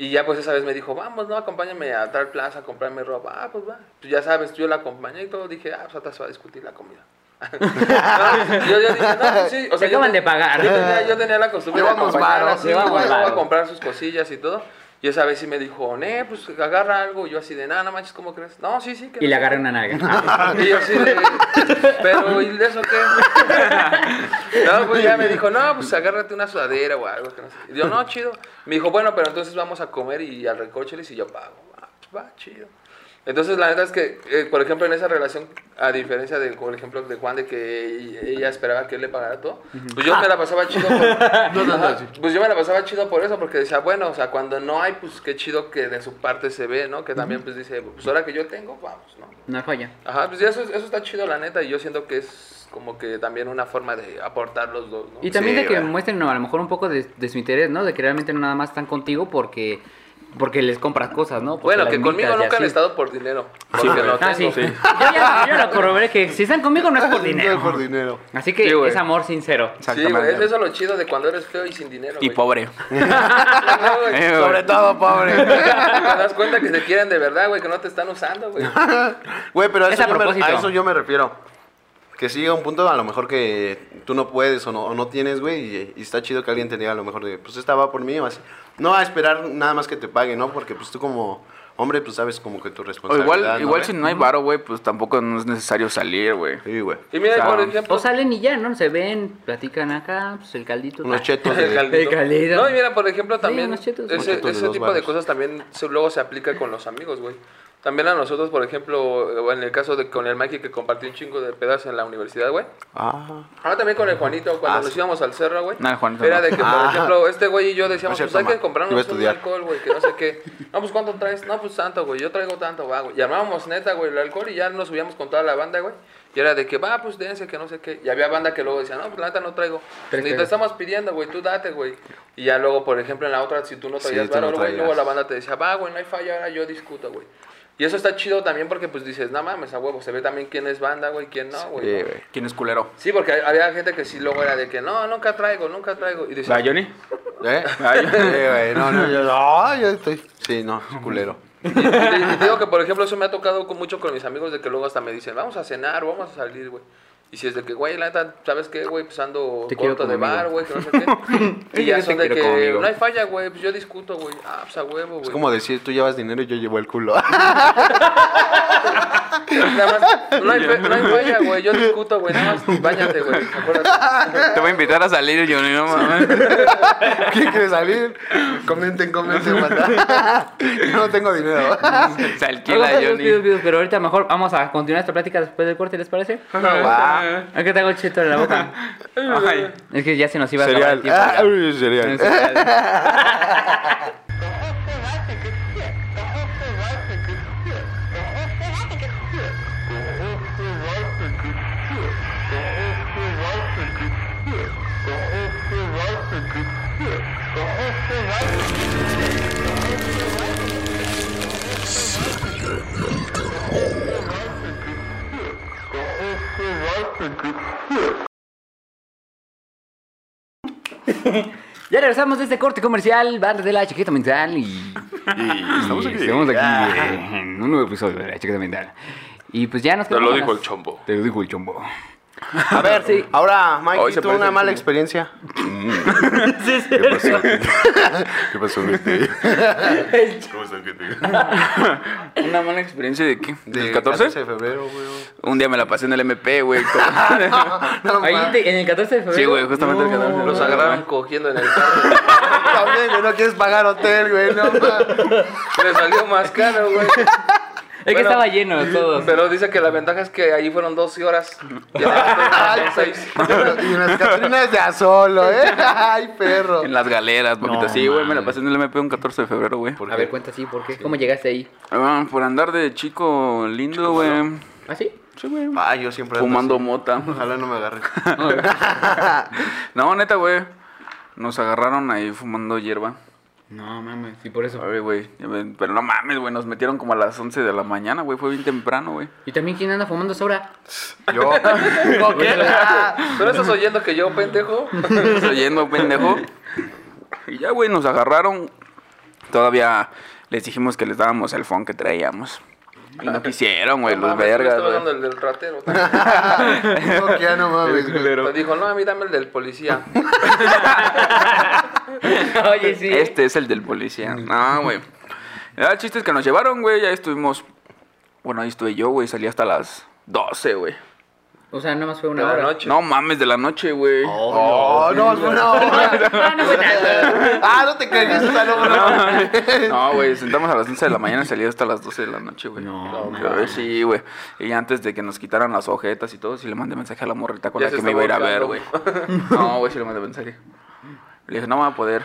Speaker 4: Y ya pues esa vez me dijo, vamos, no, acompáñame a tal plaza a comprarme ropa. Ah, pues va. Tú ya sabes, yo la acompañé y todo. Dije, ah, pues ahorita se va a discutir la comida. *laughs* No, yo, yo dije, no, pues, sí. O
Speaker 2: Te
Speaker 4: sea, yo
Speaker 2: acaban de pagar.
Speaker 4: Yo tenía, yo tenía la costumbre de
Speaker 5: Llevamos
Speaker 4: acompañar
Speaker 5: varo,
Speaker 4: así,
Speaker 2: llevamos
Speaker 4: güey, luego a
Speaker 2: varo.
Speaker 4: comprar sus cosillas y todo. Y esa vez sí me dijo, ne, pues agarra algo. Y yo así de, nada, no manches, ¿cómo crees? No, sí, sí. que
Speaker 2: Y le
Speaker 4: no sé
Speaker 2: agarré una nalga. Ah,
Speaker 4: y yo así de, pero ¿y de eso qué? *laughs* No, pues ya me dijo, no, pues agárrate una sudadera o algo. Que no sé. Y yo, no, chido. Me dijo, bueno, pero entonces vamos a comer y al recócheles y yo pago. Ah, pues va, chido. Entonces, la neta es que, eh, por ejemplo, en esa relación, a diferencia de, por ejemplo, de Juan, de que ella esperaba que él le pagara todo, pues yo me la pasaba chido. por- Ajá, Pues yo me la pasaba chido por eso, porque decía, bueno, o sea, cuando no hay, pues qué chido que de su parte se ve, ¿no? Que también, pues dice, pues ahora que yo tengo, vamos, ¿no?
Speaker 2: No falla.
Speaker 4: Ajá, pues ya eso, eso está chido, la neta, y yo siento que es como que también una forma de aportar los dos, ¿no?
Speaker 2: Y también
Speaker 5: Sí,
Speaker 2: de que
Speaker 5: güey.
Speaker 2: muestren no, a lo mejor un poco de, de su interés, ¿no? De que realmente no nada más están contigo porque porque les compras cosas, ¿no? Porque
Speaker 4: bueno,
Speaker 2: las
Speaker 4: que conmigo
Speaker 2: invitas y
Speaker 4: nunca han
Speaker 2: así.
Speaker 4: estado por dinero, porque no tengo.
Speaker 2: Ah, sí. Yo ya yo ya lo corroboré que si están conmigo
Speaker 4: *laughs*
Speaker 2: no es por
Speaker 5: No es
Speaker 2: dinero.
Speaker 5: por dinero.
Speaker 2: Así que
Speaker 4: Sí, güey.
Speaker 2: es amor sincero.
Speaker 4: Sí, güey, es eso lo chido de cuando eres feo y sin dinero,
Speaker 3: Y
Speaker 4: güey.
Speaker 3: pobre.
Speaker 4: *laughs*
Speaker 3: *laughs*
Speaker 2: *laughs*
Speaker 4: No, güey,
Speaker 3: Eh, güey.
Speaker 5: *laughs* Sobre todo, pobre.
Speaker 4: *laughs* Te das cuenta que te quieren de verdad, güey, que no te están usando, güey.
Speaker 5: Güey, pero a
Speaker 2: Es
Speaker 5: eso,
Speaker 2: a
Speaker 5: yo me,
Speaker 2: propósito.
Speaker 5: a eso yo me refiero. Que sí llega un punto a lo mejor que tú no puedes o no, o no tienes, güey, y, y está chido que alguien te diga a lo mejor de, pues esta va por mí, o así. No a esperar nada más que te pague, ¿no? Porque pues tú como hombre, pues sabes como que tu
Speaker 3: O
Speaker 5: responsabilidad.
Speaker 3: igual,
Speaker 5: ¿no,
Speaker 3: igual
Speaker 5: güey?
Speaker 3: si no hay varo, güey, pues tampoco no es necesario salir, güey.
Speaker 5: Sí, güey.
Speaker 4: Y mira,
Speaker 3: O sea,
Speaker 4: por ejemplo...
Speaker 2: O salen y ya, ¿no? Se ven, platican acá, pues el caldito.
Speaker 5: Unos
Speaker 2: ah.
Speaker 5: chetos
Speaker 4: *laughs* *laughs* El
Speaker 5: de...
Speaker 4: caldito.
Speaker 2: El caldito.
Speaker 4: No, y mira, por ejemplo, también
Speaker 2: unos chetos.
Speaker 5: Unos
Speaker 4: ese,
Speaker 5: chetos de
Speaker 4: ese
Speaker 5: dos
Speaker 4: tipo de
Speaker 5: varos.
Speaker 4: cosas también se- luego se aplica con los amigos, güey. También a nosotros, por ejemplo, en el caso de con el Mikey que compartió un chingo de pedas en la universidad, güey.
Speaker 5: Ah,
Speaker 4: Ahora también con el Juanito, cuando
Speaker 5: Ah,
Speaker 4: nos
Speaker 5: sí.
Speaker 4: íbamos al cerro, güey.
Speaker 3: No, el Juanito
Speaker 4: Era
Speaker 3: no.
Speaker 4: de que, por
Speaker 5: Ah.
Speaker 4: ejemplo, este güey y yo decíamos,
Speaker 5: No es
Speaker 4: pues hay
Speaker 5: cierto,
Speaker 4: que
Speaker 5: ma.
Speaker 4: comprarnos
Speaker 5: Iba a
Speaker 4: un
Speaker 5: estudiar.
Speaker 4: alcohol, güey, que no sé qué. No, pues ¿cuánto traes? No, pues tanto, güey, yo traigo tanto, va, güey. Y armábamos neta, güey, el alcohol y ya nos subíamos con toda la banda, güey. Y era de que, va, pues dense, que no sé qué. Y había banda que luego decía, no, pues la neta no traigo.
Speaker 2: Tres
Speaker 4: Ni te
Speaker 2: pesos.
Speaker 4: estamos pidiendo, güey, tú date, güey. Y ya luego, por ejemplo, en la otra, si tú no
Speaker 5: Sí,
Speaker 4: traías
Speaker 5: tú no
Speaker 4: valor, güey,
Speaker 5: traías.
Speaker 4: luego la banda te decía, va, güey, no hay falla, ahora yo discuto, güey. Y eso está chido también porque, pues, dices, no mames, a huevo, se ve también quién es banda, güey, quién no, güey. ¿no?
Speaker 5: sí, güey.
Speaker 3: ¿Quién es culero?
Speaker 4: Sí, porque había gente que sí luego era de que no, nunca traigo, nunca traigo. Y decía,
Speaker 3: ¿La Johnny?
Speaker 5: *laughs* ¿Eh? Sí, güey, no, no, yo, no, yo estoy... Sí, no, es culero.
Speaker 4: *laughs* y- y te digo que por ejemplo eso me ha tocado con- mucho con mis amigos de que luego hasta me dicen, vamos a cenar, o vamos a salir, güey. Y si es de que, güey, la neta, ¿sabes qué, güey? Pues ando
Speaker 2: Te quiero
Speaker 4: corto
Speaker 2: como
Speaker 4: de bar,
Speaker 2: amigo.
Speaker 4: güey, que no sé qué. y ya
Speaker 3: Yo
Speaker 4: son
Speaker 3: te
Speaker 4: de
Speaker 3: quiero como
Speaker 4: que
Speaker 3: amigo.
Speaker 4: no hay falla, güey, pues yo discuto, güey. Ah, pues a huevo, güey.
Speaker 5: Es como decir, tú llevas dinero y yo llevo el culo. *laughs*
Speaker 4: Nada más, no hay, fe- no hay falla, güey, yo discuto, güey, nada más bañate, güey, acuérdate.
Speaker 3: Te voy a invitar a salir, Johnny, no
Speaker 5: *laughs*
Speaker 3: mames.
Speaker 5: ¿Quién quiere salir? Comenten, comenten, manda. *laughs* Yo no tengo dinero.
Speaker 2: Luego,
Speaker 3: Se alquila
Speaker 2: pidos, pidos,
Speaker 3: Johnny.
Speaker 2: pidos, pero ahorita mejor vamos a continuar esta plática después del corte, ¿les parece?
Speaker 5: Va.
Speaker 2: ¿A qué te hago el cheto en la boca?
Speaker 4: *laughs*
Speaker 3: Ay.
Speaker 2: Es que ya se nos iba a acabar el
Speaker 5: Cereal.
Speaker 2: tiempo.
Speaker 5: Ah,
Speaker 2: ya.
Speaker 5: uy, cereal.
Speaker 2: Ya regresamos de este corte comercial, bar de la chiqueta mental y...
Speaker 5: estamos aquí.
Speaker 2: Estamos aquí
Speaker 5: Ah.
Speaker 2: eh, en un nuevo episodio de la chiqueta mental. Y pues ya nos
Speaker 4: Te
Speaker 2: quedamos con las-
Speaker 4: chombo.
Speaker 2: Te lo dijo el chombo.
Speaker 5: A ver, ahora, Mike,
Speaker 3: Hoy se
Speaker 5: tuvo una
Speaker 3: parece
Speaker 5: mala
Speaker 3: como-
Speaker 5: experiencia. *laughs*
Speaker 2: Sí, sí.
Speaker 5: ¿Qué pasó, *laughs* gente? ¿Cómo están,
Speaker 3: *laughs* Una mala experiencia de qué? ¿Del
Speaker 5: ¿De
Speaker 3: 14?
Speaker 5: 14 de febrero, güey.
Speaker 3: Un día me la pasé en el MP, güey. con-
Speaker 5: *laughs*
Speaker 3: *laughs*
Speaker 5: No,
Speaker 2: Ahí te- en el 14 de febrero.
Speaker 3: Sí, güey, justamente el 14 de
Speaker 4: Los
Speaker 3: febrero.
Speaker 4: agarraron cogiendo en el carro. *laughs*
Speaker 5: También, güey, no quieres pagar hotel, güey, no, ma.
Speaker 4: Le salió más caro, güey.
Speaker 2: Es que
Speaker 4: Bueno,
Speaker 2: estaba lleno todos.
Speaker 4: Pero dice que la ventaja es que allí fueron
Speaker 3: *laughs*
Speaker 4: 12 horas. Y acá fueron
Speaker 5: *laughs*
Speaker 4: seis.
Speaker 5: Y en las Catrinas de a solo, ¿eh? Ay, perro.
Speaker 3: En las galeras, papito.
Speaker 2: No,
Speaker 3: sí, güey, me la
Speaker 2: mames.
Speaker 3: pasé en el MP un 14 de febrero, güey.
Speaker 5: ¿Por
Speaker 2: A
Speaker 5: qué?
Speaker 2: ver, cuenta así, ¿por qué? ¿Cómo llegaste ahí?
Speaker 3: Ah, por andar de chico lindo, güey.
Speaker 2: ¿Ah, *laughs* sí?
Speaker 3: Sí, güey.
Speaker 5: Ah, yo siempre ando
Speaker 3: Fumando
Speaker 5: así.
Speaker 3: mota.
Speaker 5: Ojalá no me agarre.
Speaker 3: No, neta, güey. Nos agarraron ahí fumando hierba.
Speaker 2: No, mames, sí, por eso.
Speaker 3: A ver, güey. ya ven, Pero no mames, güey. Nos metieron como a las 11 de la mañana, güey. Fue bien temprano, güey.
Speaker 2: ¿Y también quién anda fumando ahora?
Speaker 5: Yo.
Speaker 4: ¿Por qué? ¿Tú no estás oyendo que yo, pendejo?
Speaker 3: Estoy yendo, pendejo. Y ya, güey, nos agarraron. Todavía les dijimos que les dábamos el phone que traíamos. Y no quisieron, güey, los
Speaker 4: Mames,
Speaker 3: vergas.
Speaker 4: Estaba
Speaker 3: güey.
Speaker 4: hablando del, del ratero.
Speaker 5: No, que
Speaker 3: *laughs*
Speaker 5: ya no mames, güey.
Speaker 4: Te dijo, no, a mí dame el del policía.
Speaker 2: *laughs* Oye, sí.
Speaker 3: Este es el del policía. No, güey. Ya, El chiste es que nos llevaron, güey. Ya estuvimos. Bueno, ahí estuve yo, güey. Salí hasta las 12, güey.
Speaker 2: O sea, nada más fue una
Speaker 4: De la
Speaker 2: hora.
Speaker 4: noche.
Speaker 3: No mames, de la noche, güey.
Speaker 5: Oh, no, no,
Speaker 2: No, no fue tanto.
Speaker 5: Ah, no te caigas, hasta luego, no.
Speaker 3: No, güey. Sentamos a las 11 de la mañana y salí hasta las 12 de la noche, güey.
Speaker 2: No,
Speaker 3: Güey, Sí, güey. Y antes de que nos quitaran las ojetas y todo, sí le mandé mensaje a la morrita con
Speaker 4: Ya
Speaker 3: la
Speaker 4: se
Speaker 3: que me
Speaker 4: está
Speaker 3: iba a ir a ver, güey.
Speaker 4: volcando.
Speaker 3: No, güey, sí le mandé mensaje. Le dije, no me va a poder.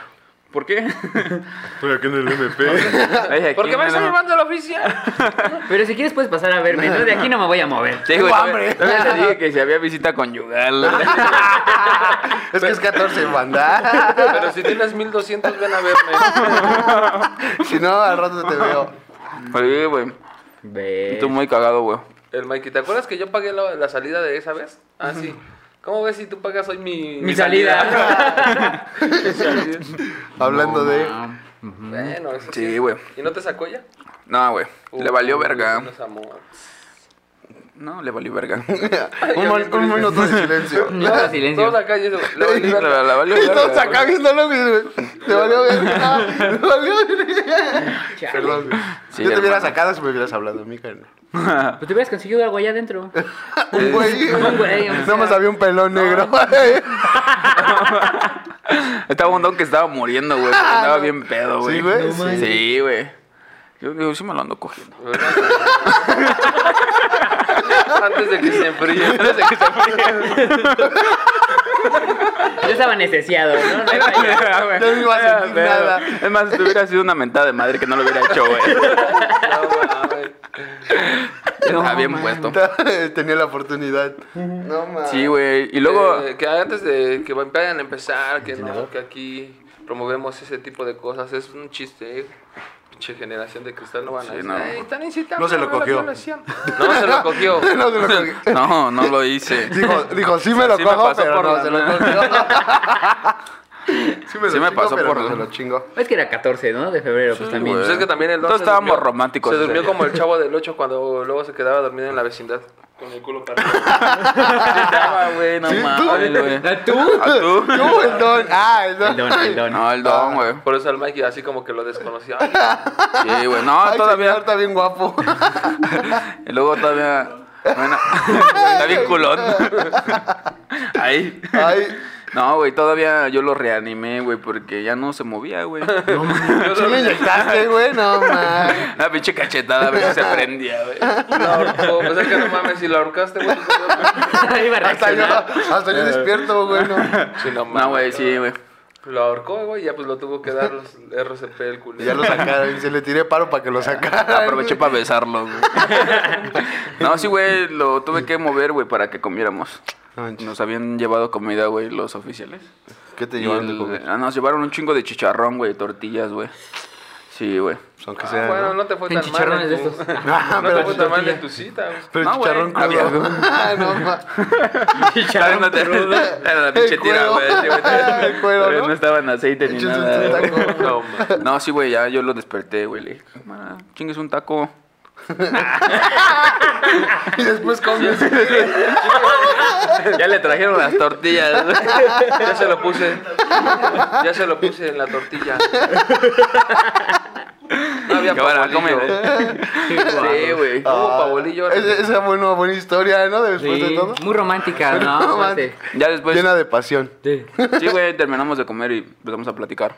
Speaker 3: ¿Por qué?
Speaker 5: Estoy aquí en el MP.
Speaker 4: ¿Por qué me está
Speaker 3: llamando?
Speaker 4: llevando el oficial?
Speaker 2: Pero si quieres puedes pasar a verme. Yo de aquí no me voy a mover.
Speaker 3: Sí, güey.
Speaker 5: Tengo
Speaker 3: todavía-
Speaker 5: hambre.
Speaker 3: todavía le dije que si había visita
Speaker 4: *laughs*
Speaker 3: conyugal.
Speaker 5: Es que es 14, banda.
Speaker 4: Pero si tienes 1200, ven a verme.
Speaker 5: Si no, al rato te veo.
Speaker 3: Pues Sí, güey.
Speaker 2: *laughs* Ve.
Speaker 3: Estuvo muy cagado, güey.
Speaker 4: El Mikey, ¿te acuerdas que yo pagué la, la salida de esa vez? Ah, sí. ¿Cómo ves si tú pagas hoy mi,
Speaker 2: Mi salida.
Speaker 5: Hablando de.
Speaker 4: bueno, eso sí.
Speaker 3: Sí, güey.
Speaker 4: ¿Y no te sacó ya?
Speaker 3: No, güey. le valió verga.
Speaker 4: Unos amor.
Speaker 3: No, le valió verga.
Speaker 5: Un, mon- un minuto de silencio.
Speaker 2: No, silencio.
Speaker 4: Todos acá y eso. Le valió
Speaker 3: La, *laughs*
Speaker 4: verga.
Speaker 3: la valió
Speaker 5: Y todos
Speaker 3: verga.
Speaker 5: acá
Speaker 3: güey.
Speaker 5: viéndolo, güey. Te valió ver. Te valió ver. Perdón, güey.
Speaker 3: Sí,
Speaker 5: Yo te hubiera
Speaker 3: hermano.
Speaker 5: sacado si me hubieras hablado, mi carnal.
Speaker 2: Pues te hubieras conseguido algo allá adentro.
Speaker 5: Un güey.
Speaker 2: *laughs* Un güey, o
Speaker 5: No
Speaker 2: sea.
Speaker 5: más había un pelón negro. *laughs*
Speaker 3: Estaba un don que estaba muriendo, güey. porque Andaba bien pedo, güey.
Speaker 5: Ah, Sí, güey, No sí.
Speaker 3: Sí, Sí, güey. Yo digo, sí me lo ando cogiendo.
Speaker 4: Antes de que se enfríe. Antes de que se
Speaker 3: *laughs*
Speaker 2: Yo estaba neceseado, ¿no? No hay *laughs* falla.
Speaker 5: Yo no iba a sentir
Speaker 3: Pero,
Speaker 5: nada.
Speaker 3: Es más, te hubiera sido una mentada de madre que no lo hubiera
Speaker 2: *laughs*
Speaker 3: hecho, güey.
Speaker 4: enfríe.
Speaker 3: Estaba
Speaker 2: No,
Speaker 3: bien
Speaker 2: man.
Speaker 3: puesto.
Speaker 5: Tenía la oportunidad. No mames.
Speaker 3: Sí, güey. Y
Speaker 4: Luego,
Speaker 3: luego.
Speaker 5: Eh,
Speaker 4: Eh, que antes de que vayan a empezar, que no, que aquí promovemos ese tipo de cosas, es un chiste. eh. Pinche generación de cristal no van a
Speaker 3: Sí,
Speaker 4: decir,
Speaker 3: no.
Speaker 4: "Ey, están incitando
Speaker 5: No se lo
Speaker 4: a la
Speaker 5: cogió.
Speaker 3: *laughs*
Speaker 4: violación". No se lo cogió.
Speaker 3: Pues
Speaker 5: No se lo cogió.
Speaker 3: *laughs* No, no lo hice.
Speaker 5: Dijo, dijo, *laughs* sí me lo
Speaker 3: Sí me
Speaker 5: cojo,
Speaker 3: pasó
Speaker 5: pero
Speaker 3: por
Speaker 5: no
Speaker 3: la-
Speaker 5: se lo cogió.
Speaker 3: *laughs*
Speaker 5: Sí me,
Speaker 3: Sí me pasó
Speaker 5: pero
Speaker 3: por
Speaker 5: no
Speaker 3: la-
Speaker 5: se lo chingo.
Speaker 2: Es que era 14, ¿no? De febrero, pues también.
Speaker 3: güey.
Speaker 4: Pues es que también el
Speaker 3: Todos
Speaker 4: don se
Speaker 3: estábamos
Speaker 4: durmió-
Speaker 3: románticos
Speaker 4: Se
Speaker 3: ese
Speaker 4: durmió
Speaker 3: día.
Speaker 4: como el chavo del 8 cuando luego se quedaba dormido en la vecindad. Con el culo para arriba.
Speaker 3: Estaba, güey, no mames, güey.
Speaker 2: ¿A tú?
Speaker 3: ¿A tú?
Speaker 5: *laughs* Yo, Ah. el don. Ah, el don.
Speaker 2: El don, el don.
Speaker 3: No, el don, güey.
Speaker 4: Por eso el Mikey así como que
Speaker 3: *laughs*
Speaker 4: lo desconocía. Ay,
Speaker 3: Sí, güey. No,
Speaker 5: Ay, señor,
Speaker 3: Ah, todavía.
Speaker 5: está bien guapo.
Speaker 3: Y luego todavía. Bueno, *laughs* está bien
Speaker 5: *laughs*
Speaker 3: culón. Ahí.
Speaker 5: Ay,
Speaker 3: No, güey, todavía yo lo reanimé, güey, porque ya no se movía, güey. *laughs*
Speaker 5: ¿tú me inyectaste, güey? No, man.
Speaker 3: La pinche cachetada a veces se prendía, güey.
Speaker 4: La ahorcó. Pues es que no mames, si la ahorcaste, güey.
Speaker 2: *laughs*
Speaker 4: pues,
Speaker 2: Iba a
Speaker 5: Hasta yo, *laughs*
Speaker 2: reaccionar.
Speaker 5: hasta yo despierto, güey, no.
Speaker 4: sí, mames,
Speaker 3: *laughs* No, güey, sí, güey.
Speaker 4: Lo ahorcó, güey, ya pues lo tuvo que dar los RCP el culero.
Speaker 5: Ya lo sacaron, se le tiré paro para que lo sacaran.
Speaker 3: Aproveché para besarlo, güey.
Speaker 5: *laughs*
Speaker 3: No, sí, güey, lo tuve que mover, güey, para que comiéramos.
Speaker 5: No manches.
Speaker 3: Nos habían llevado comida, güey, los oficiales.
Speaker 5: ¿Qué te
Speaker 3: Y
Speaker 5: llevaron
Speaker 3: el-
Speaker 5: de comer?
Speaker 3: ah, nos llevaron un chingo de chicharrón, güey, tortillas, güey. Sí, güey.
Speaker 5: Pues aunque
Speaker 4: Ah,
Speaker 5: sea. *laughs*
Speaker 4: bueno,
Speaker 5: ¿no?
Speaker 4: no te fue
Speaker 2: En
Speaker 4: tan mal.
Speaker 2: chicharrones
Speaker 4: en
Speaker 2: de
Speaker 4: tu- *laughs*
Speaker 2: estos.
Speaker 5: Ah,
Speaker 4: No te
Speaker 5: pero
Speaker 4: fue tan mal en tu cita, güey.
Speaker 5: pero
Speaker 3: No, güey,
Speaker 5: chicharrón
Speaker 3: había-
Speaker 5: crudo. Ay, no, ma.
Speaker 3: Todavía no te- Era *laughs* la pinche
Speaker 5: El
Speaker 3: tira,
Speaker 5: cuero.
Speaker 3: güey. sí, güey.
Speaker 5: El cuero, *laughs*
Speaker 3: Todavía
Speaker 5: ¿no?
Speaker 3: no estaba en aceite ni
Speaker 5: Échense
Speaker 3: nada.
Speaker 5: un
Speaker 4: *laughs*
Speaker 3: güey. *laughs*
Speaker 5: taco.
Speaker 4: No, ma.
Speaker 5: *laughs*
Speaker 3: No, sí, güey, ya yo lo desperté, güey. Le dije, "Cámara, chingues un taco.
Speaker 5: y después comes.
Speaker 4: Ya le trajeron
Speaker 3: *laughs*
Speaker 4: las tortillas. Ya se lo puse. Ya se lo puse en la tortilla. No
Speaker 5: *laughs*
Speaker 4: había
Speaker 3: Que ahora
Speaker 4: pabolillo.
Speaker 3: *laughs*
Speaker 4: Sí, güey. Hubo
Speaker 5: ¿eh? Ah,
Speaker 4: pabolillo. ahora
Speaker 5: Esa esa fue una buena historia, ¿no? Después de
Speaker 2: Sí,
Speaker 5: todo.
Speaker 2: Muy romántica, ¿no?
Speaker 5: Román-
Speaker 2: Aparte.
Speaker 3: Ya después.
Speaker 5: Llena de pasión.
Speaker 2: Sí.
Speaker 3: Sí, güey, terminamos de comer y empezamos a platicar.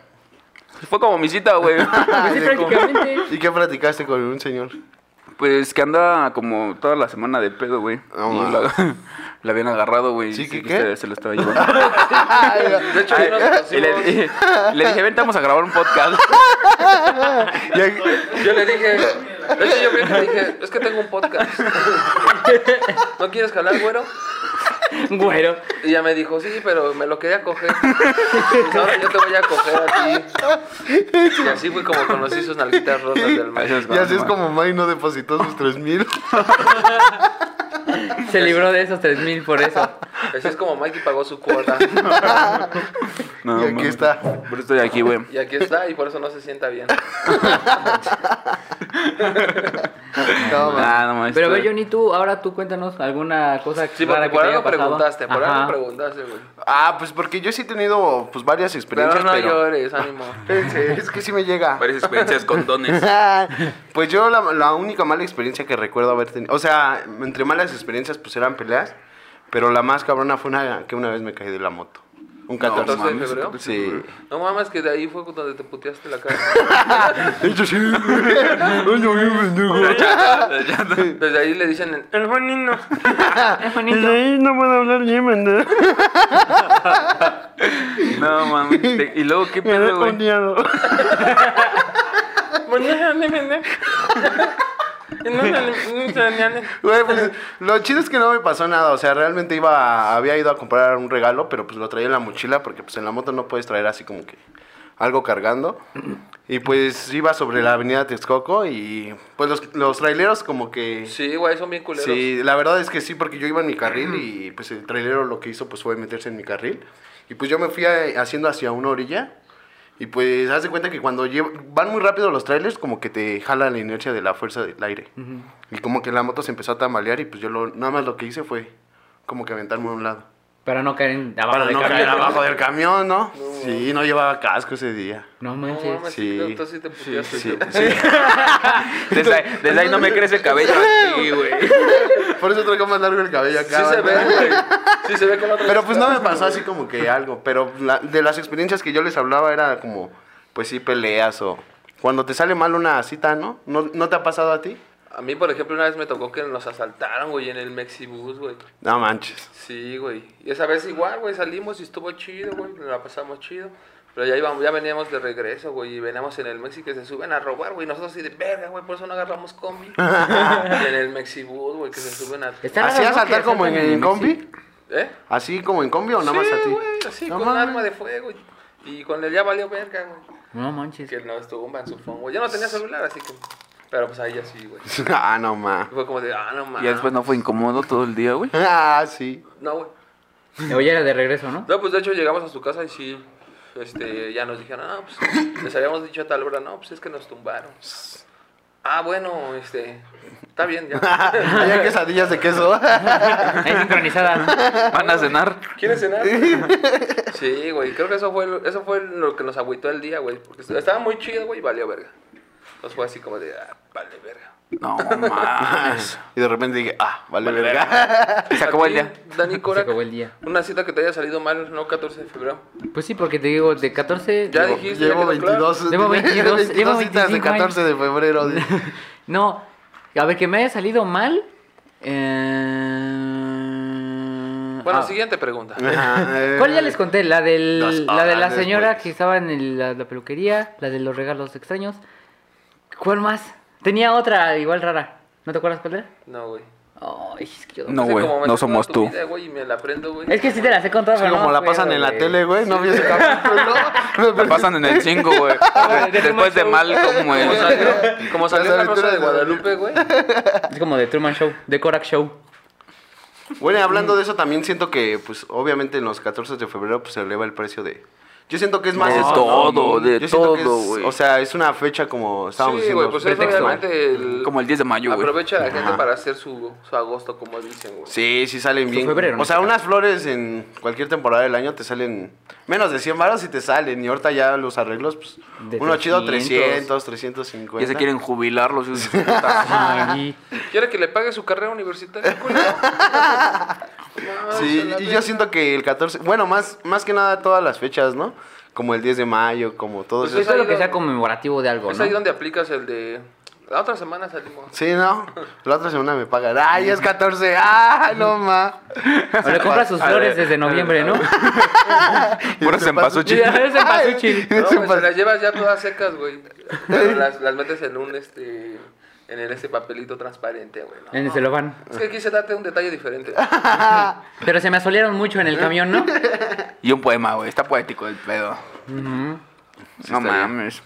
Speaker 3: Fue como mi cita,
Speaker 5: *laughs*
Speaker 3: güey.
Speaker 2: Pues sí, prácticamente.
Speaker 5: ¿Y qué platicaste con un señor?
Speaker 3: Pues que anda como toda la semana de pedo, güey.
Speaker 5: No
Speaker 3: Y la, *laughs* la habían agarrado, güey. y
Speaker 5: ¿Sí,
Speaker 3: sí
Speaker 5: qué,
Speaker 3: que
Speaker 5: qué?
Speaker 3: Se, se lo
Speaker 5: *laughs*
Speaker 3: estaba llevando.
Speaker 4: De hecho, ahí nos
Speaker 3: y, le,
Speaker 4: conocimos.
Speaker 3: y le dije, vente, vamos a grabar un podcast.
Speaker 5: Y ahí-
Speaker 4: Yo le dije, de hecho yo creo que le dije, es que tengo un podcast. ¿No quieres jalar, güero?
Speaker 2: Güero.
Speaker 4: Y ella me dijo, sí, pero me lo quería coger. Pues ahora yo te voy a coger a ti. Y así fue como conocí sus nalguitas rosas del mar.
Speaker 3: Gracias,
Speaker 5: *laughs* y así es
Speaker 3: Batman.
Speaker 5: como May no depositó sus 3000.
Speaker 2: Se libró de esos 3000 por eso.
Speaker 4: Así es como Mikey pagó su
Speaker 5: *laughs*
Speaker 4: cuota.
Speaker 3: No,
Speaker 5: Y aquí
Speaker 3: mames.
Speaker 5: está.
Speaker 3: Por eso estoy aquí, güey.
Speaker 4: Y aquí está, y por eso no se sienta bien.
Speaker 5: No, man.
Speaker 3: Ah, no mames.
Speaker 2: Pero a ver,
Speaker 3: estoy-
Speaker 2: Johnny, tú, ahora tú cuéntanos alguna cosa
Speaker 4: Sí,
Speaker 2: rara
Speaker 4: porque
Speaker 2: que
Speaker 4: por
Speaker 2: te haya pasado.
Speaker 4: algo preguntaste, por
Speaker 2: Ajá.
Speaker 4: algo preguntaste, güey.
Speaker 5: Ah, pues porque yo sí he tenido pues varias
Speaker 4: Pero
Speaker 5: experiencias,
Speaker 4: no
Speaker 5: pero-
Speaker 4: llores, ánimo.
Speaker 5: Espérense, es que sí me llega.
Speaker 3: Varias experiencias con *laughs* dones.
Speaker 5: *laughs* pues yo la, la única mala experiencia que recuerdo haber tenido, o sea, entre malas experiencias pues eran peleas, pero la más cabrona fue una que una vez me caí de la moto. Un 14
Speaker 4: 14 de febrero.
Speaker 3: *laughs*
Speaker 5: *laughs* Sí.
Speaker 4: No mames, que de ahí fue donde te puteaste la cara.
Speaker 5: *laughs* Yo sí, güey. Ay, yo bien pendejo.
Speaker 4: Desde ahí le dicen, el buen
Speaker 2: *laughs*
Speaker 4: niño.
Speaker 2: Es bonito.
Speaker 5: no puedo hablar bien, ¿verdad?
Speaker 3: No, mames. Te- Y luego, ¿qué pedo, güey?
Speaker 5: *laughs* Güey, pues, lo chido es que no me pasó nada, o sea, realmente iba, había ido a comprar un regalo, pero pues lo traía en la mochila porque pues en la moto no puedes traer así como que algo cargando. Y pues iba sobre la avenida Texcoco y pues los, los traileros como que...
Speaker 4: Sí, güey, son bien culeros.
Speaker 5: Sí, la verdad es que sí, porque yo iba en mi carril y pues el trailero lo que hizo pues fue meterse en mi carril. Y pues yo me fui eh, haciendo hacia una orilla y pues haz de cuenta que cuando lle- van muy rápido los trailers como que te jala la inercia de la fuerza del aire. Y como que la moto se empezó a tambalear y pues yo lo, nada más lo que hice fue como que aventarme a un lado.
Speaker 2: Para no caer en
Speaker 4: Ah,
Speaker 2: abajo
Speaker 5: Para
Speaker 2: del
Speaker 5: no
Speaker 2: camión.
Speaker 5: caer abajo del camión, ¿no? Sí, no llevaba casco ese día.
Speaker 2: No
Speaker 4: No
Speaker 2: manches.
Speaker 4: mames,
Speaker 5: Sí.
Speaker 4: sí. creo que tú sí te puteaste.
Speaker 5: Sí,
Speaker 4: yo.
Speaker 5: sí.
Speaker 3: Desde *laughs* ahí, desde ahí no me crece el *laughs* cabello aquí, güey.
Speaker 5: Por eso traigo más largo el cabello acá.
Speaker 4: Sí se ve,
Speaker 5: ¿verdad?
Speaker 4: güey. Sí se ve que no
Speaker 5: Pero pues no me pasó así como que algo. Pero la- de las experiencias que yo les hablaba era como, pues sí, peleas o cuando te sale mal una cita, ¿no? ¿No, no te ha pasado a ti?
Speaker 4: A mí, por ejemplo, una vez me tocó que nos asaltaron, güey, en el Mexibus, güey.
Speaker 5: No manches.
Speaker 4: Sí, güey. Y esa vez igual, güey, salimos y estuvo chido, güey, nos la pasamos chido. Pero ya íbamos, ya veníamos de regreso, güey, y veníamos en el Mexi que se suben a robar, güey. Nosotros así de verga, güey, por eso no
Speaker 5: *laughs*
Speaker 4: agarramos combi. y en el Mexibus, güey, que se suben a.
Speaker 2: Está raro,
Speaker 5: ¿Así
Speaker 2: ¿no?
Speaker 5: a saltar
Speaker 2: Que
Speaker 5: como en,
Speaker 2: asaltan
Speaker 5: en combi?
Speaker 4: ¿Eh?
Speaker 5: ¿Así como en combi o nada más a
Speaker 4: Sí,
Speaker 5: ti?
Speaker 4: güey, así,
Speaker 5: No
Speaker 4: con un
Speaker 5: mames. *laughs*
Speaker 4: arma de fuego. Y, y con el ya valió verga, güey.
Speaker 2: No manches.
Speaker 4: Que nos tumban su phone, güey. Yo no tenía celular, así que. Pero pues ahí ya sí, güey.
Speaker 5: ah, no ma.
Speaker 4: Fue como de, ah, no mames.
Speaker 3: Y después no fue incómodo todo el día, güey.
Speaker 5: Ah, sí. *laughs*
Speaker 4: No, güey.
Speaker 2: O ya era de regreso,
Speaker 4: *laughs*
Speaker 2: ¿no?
Speaker 4: No, pues de hecho llegamos a su casa y sí, este, ya nos dijeron, no, pues les habíamos dicho a tal hora, no, pues es que nos tumbaron. Ah, bueno, este, está
Speaker 5: *laughs*
Speaker 4: bien, ya.
Speaker 5: Había quesadillas de queso. *laughs*
Speaker 2: Ahí sincronizada, ¿no?
Speaker 3: Van a cenar.
Speaker 4: ¿Quieres cenar? *laughs* Sí, güey, creo que eso fue, lo- eso fue lo que nos agüitó el día, güey, porque estaba muy chido, güey, y valió verga. Entonces fue así como de, ah, vale verga.
Speaker 3: No mames.
Speaker 5: y de repente dije, ah, vale, verga.
Speaker 3: Se acabó el
Speaker 4: ¿A
Speaker 3: día.
Speaker 4: ti, Dani
Speaker 2: Se
Speaker 4: Cora,
Speaker 2: acabó el día.
Speaker 4: una cita que te haya salido mal, no, 14 de febrero.
Speaker 2: Pues sí, porque te digo, de 14...
Speaker 4: Ya
Speaker 2: digo,
Speaker 4: dijiste,
Speaker 5: *laughs* Llevo
Speaker 4: ya quedó claro.
Speaker 5: 22,
Speaker 2: Llevo 22, llevo
Speaker 5: citas de
Speaker 2: 25 años.
Speaker 5: 14 de febrero.
Speaker 2: *laughs* No, a ver, que me haya salido mal... eh,
Speaker 4: Bueno,
Speaker 2: ah,
Speaker 4: siguiente pregunta.
Speaker 5: Eh.
Speaker 2: ¿Cuál
Speaker 5: ¿Cuál
Speaker 2: ya les conté? La, del,
Speaker 5: Dos
Speaker 2: la de la
Speaker 5: horas
Speaker 2: señora
Speaker 5: después.
Speaker 2: que estaba en el- la, la peluquería, la de los regalos extraños. ¿Cuál más? Tenía otra igual rara. ¿No te acuerdas cuál era?
Speaker 4: No, güey.
Speaker 2: Ay, es que yo
Speaker 3: No,
Speaker 4: Ese
Speaker 3: güey,
Speaker 4: como me
Speaker 3: no
Speaker 4: sé toda
Speaker 3: somos
Speaker 4: tu
Speaker 3: tú.
Speaker 4: vida, güey, y me la aprendo, güey.
Speaker 2: Es que sí te las he contado,
Speaker 5: Sí,
Speaker 2: pero no
Speaker 5: como
Speaker 2: me
Speaker 5: la
Speaker 2: acuerdo,
Speaker 5: pasan en la
Speaker 2: güey.
Speaker 5: tele, güey. No vi ese capítulo. *laughs*
Speaker 3: La pasan en el 5, *laughs* güey. Después de mal, como
Speaker 4: Como
Speaker 3: el.
Speaker 4: salió, como salió
Speaker 5: Las
Speaker 4: la rosa
Speaker 5: aventuras
Speaker 4: de
Speaker 5: de
Speaker 4: Guadalupe, güey.
Speaker 2: Es como de Truman Show, de Korak Show.
Speaker 5: Bueno, hablando de eso, también siento que, pues, obviamente en los 14 de febrero, pues, se eleva el precio de, Yo siento que es más
Speaker 3: De
Speaker 5: eso,
Speaker 3: todo,
Speaker 5: ¿no?
Speaker 3: de
Speaker 5: Yo siento que es-
Speaker 3: todo, güey.
Speaker 5: O sea, es una fecha como estábamos
Speaker 4: Sí,
Speaker 5: diciendo.
Speaker 4: güey, pues es
Speaker 3: pretexto.
Speaker 4: obviamente el-
Speaker 3: Como el 10 de mayo, güey.
Speaker 4: Aprovecha la gente
Speaker 5: Ajá.
Speaker 4: para hacer su, su agosto, como dicen, güey.
Speaker 5: Sí, sí salen
Speaker 2: Su
Speaker 5: bien.
Speaker 2: febrero, ¿no?
Speaker 5: o sea, unas flores en cualquier temporada del año te salen menos de 100 varos y te salen. Y ahorita ya los arreglos, pues,
Speaker 2: De
Speaker 5: uno chido
Speaker 2: 300.
Speaker 5: 300, 350.
Speaker 3: Ya se quieren jubilar los hijos de su puta.
Speaker 2: Ay,
Speaker 4: ¿Quiere que le pague su carrera universitaria, culero? No, se
Speaker 5: Sí,
Speaker 4: la
Speaker 5: y
Speaker 4: verga.
Speaker 5: yo siento que el 14, bueno, más, más que nada todas las fechas, ¿no? Como el 10 de mayo, como todos
Speaker 4: Pues
Speaker 2: Eso
Speaker 5: esos.
Speaker 2: es lo que sea conmemorativo de algo,
Speaker 4: Es
Speaker 2: ¿no?
Speaker 4: ahí donde aplicas el de... La otra semana salimos.
Speaker 5: *laughs* Sí, ¿no? La otra semana me pagan. ¡Ay, es 14! ¡Ah, no, ma!
Speaker 2: O
Speaker 3: *laughs*
Speaker 2: le compras
Speaker 5: *laughs*
Speaker 2: sus
Speaker 3: A ver,
Speaker 2: flores
Speaker 3: a
Speaker 2: desde
Speaker 3: ver,
Speaker 2: noviembre, ¿no?
Speaker 3: Puras
Speaker 2: Sí, *laughs*
Speaker 3: cempasúchil.
Speaker 2: ya es en Pasuchi.
Speaker 4: No,
Speaker 5: Ese
Speaker 4: güey,
Speaker 5: pa-
Speaker 4: se las llevas ya todas secas, güey. Pero las, las metes en un, este... En el, este papelito transparente, güey. ¿no?
Speaker 2: En el celofán.
Speaker 4: Es que quise darte un detalle diferente.
Speaker 2: Pero se me asolearon mucho en el camión,
Speaker 3: *laughs*
Speaker 2: ¿no?
Speaker 3: Y un poema, güey. Está poético el pedo.
Speaker 2: Ujú.
Speaker 3: no
Speaker 5: está bien.
Speaker 3: mames.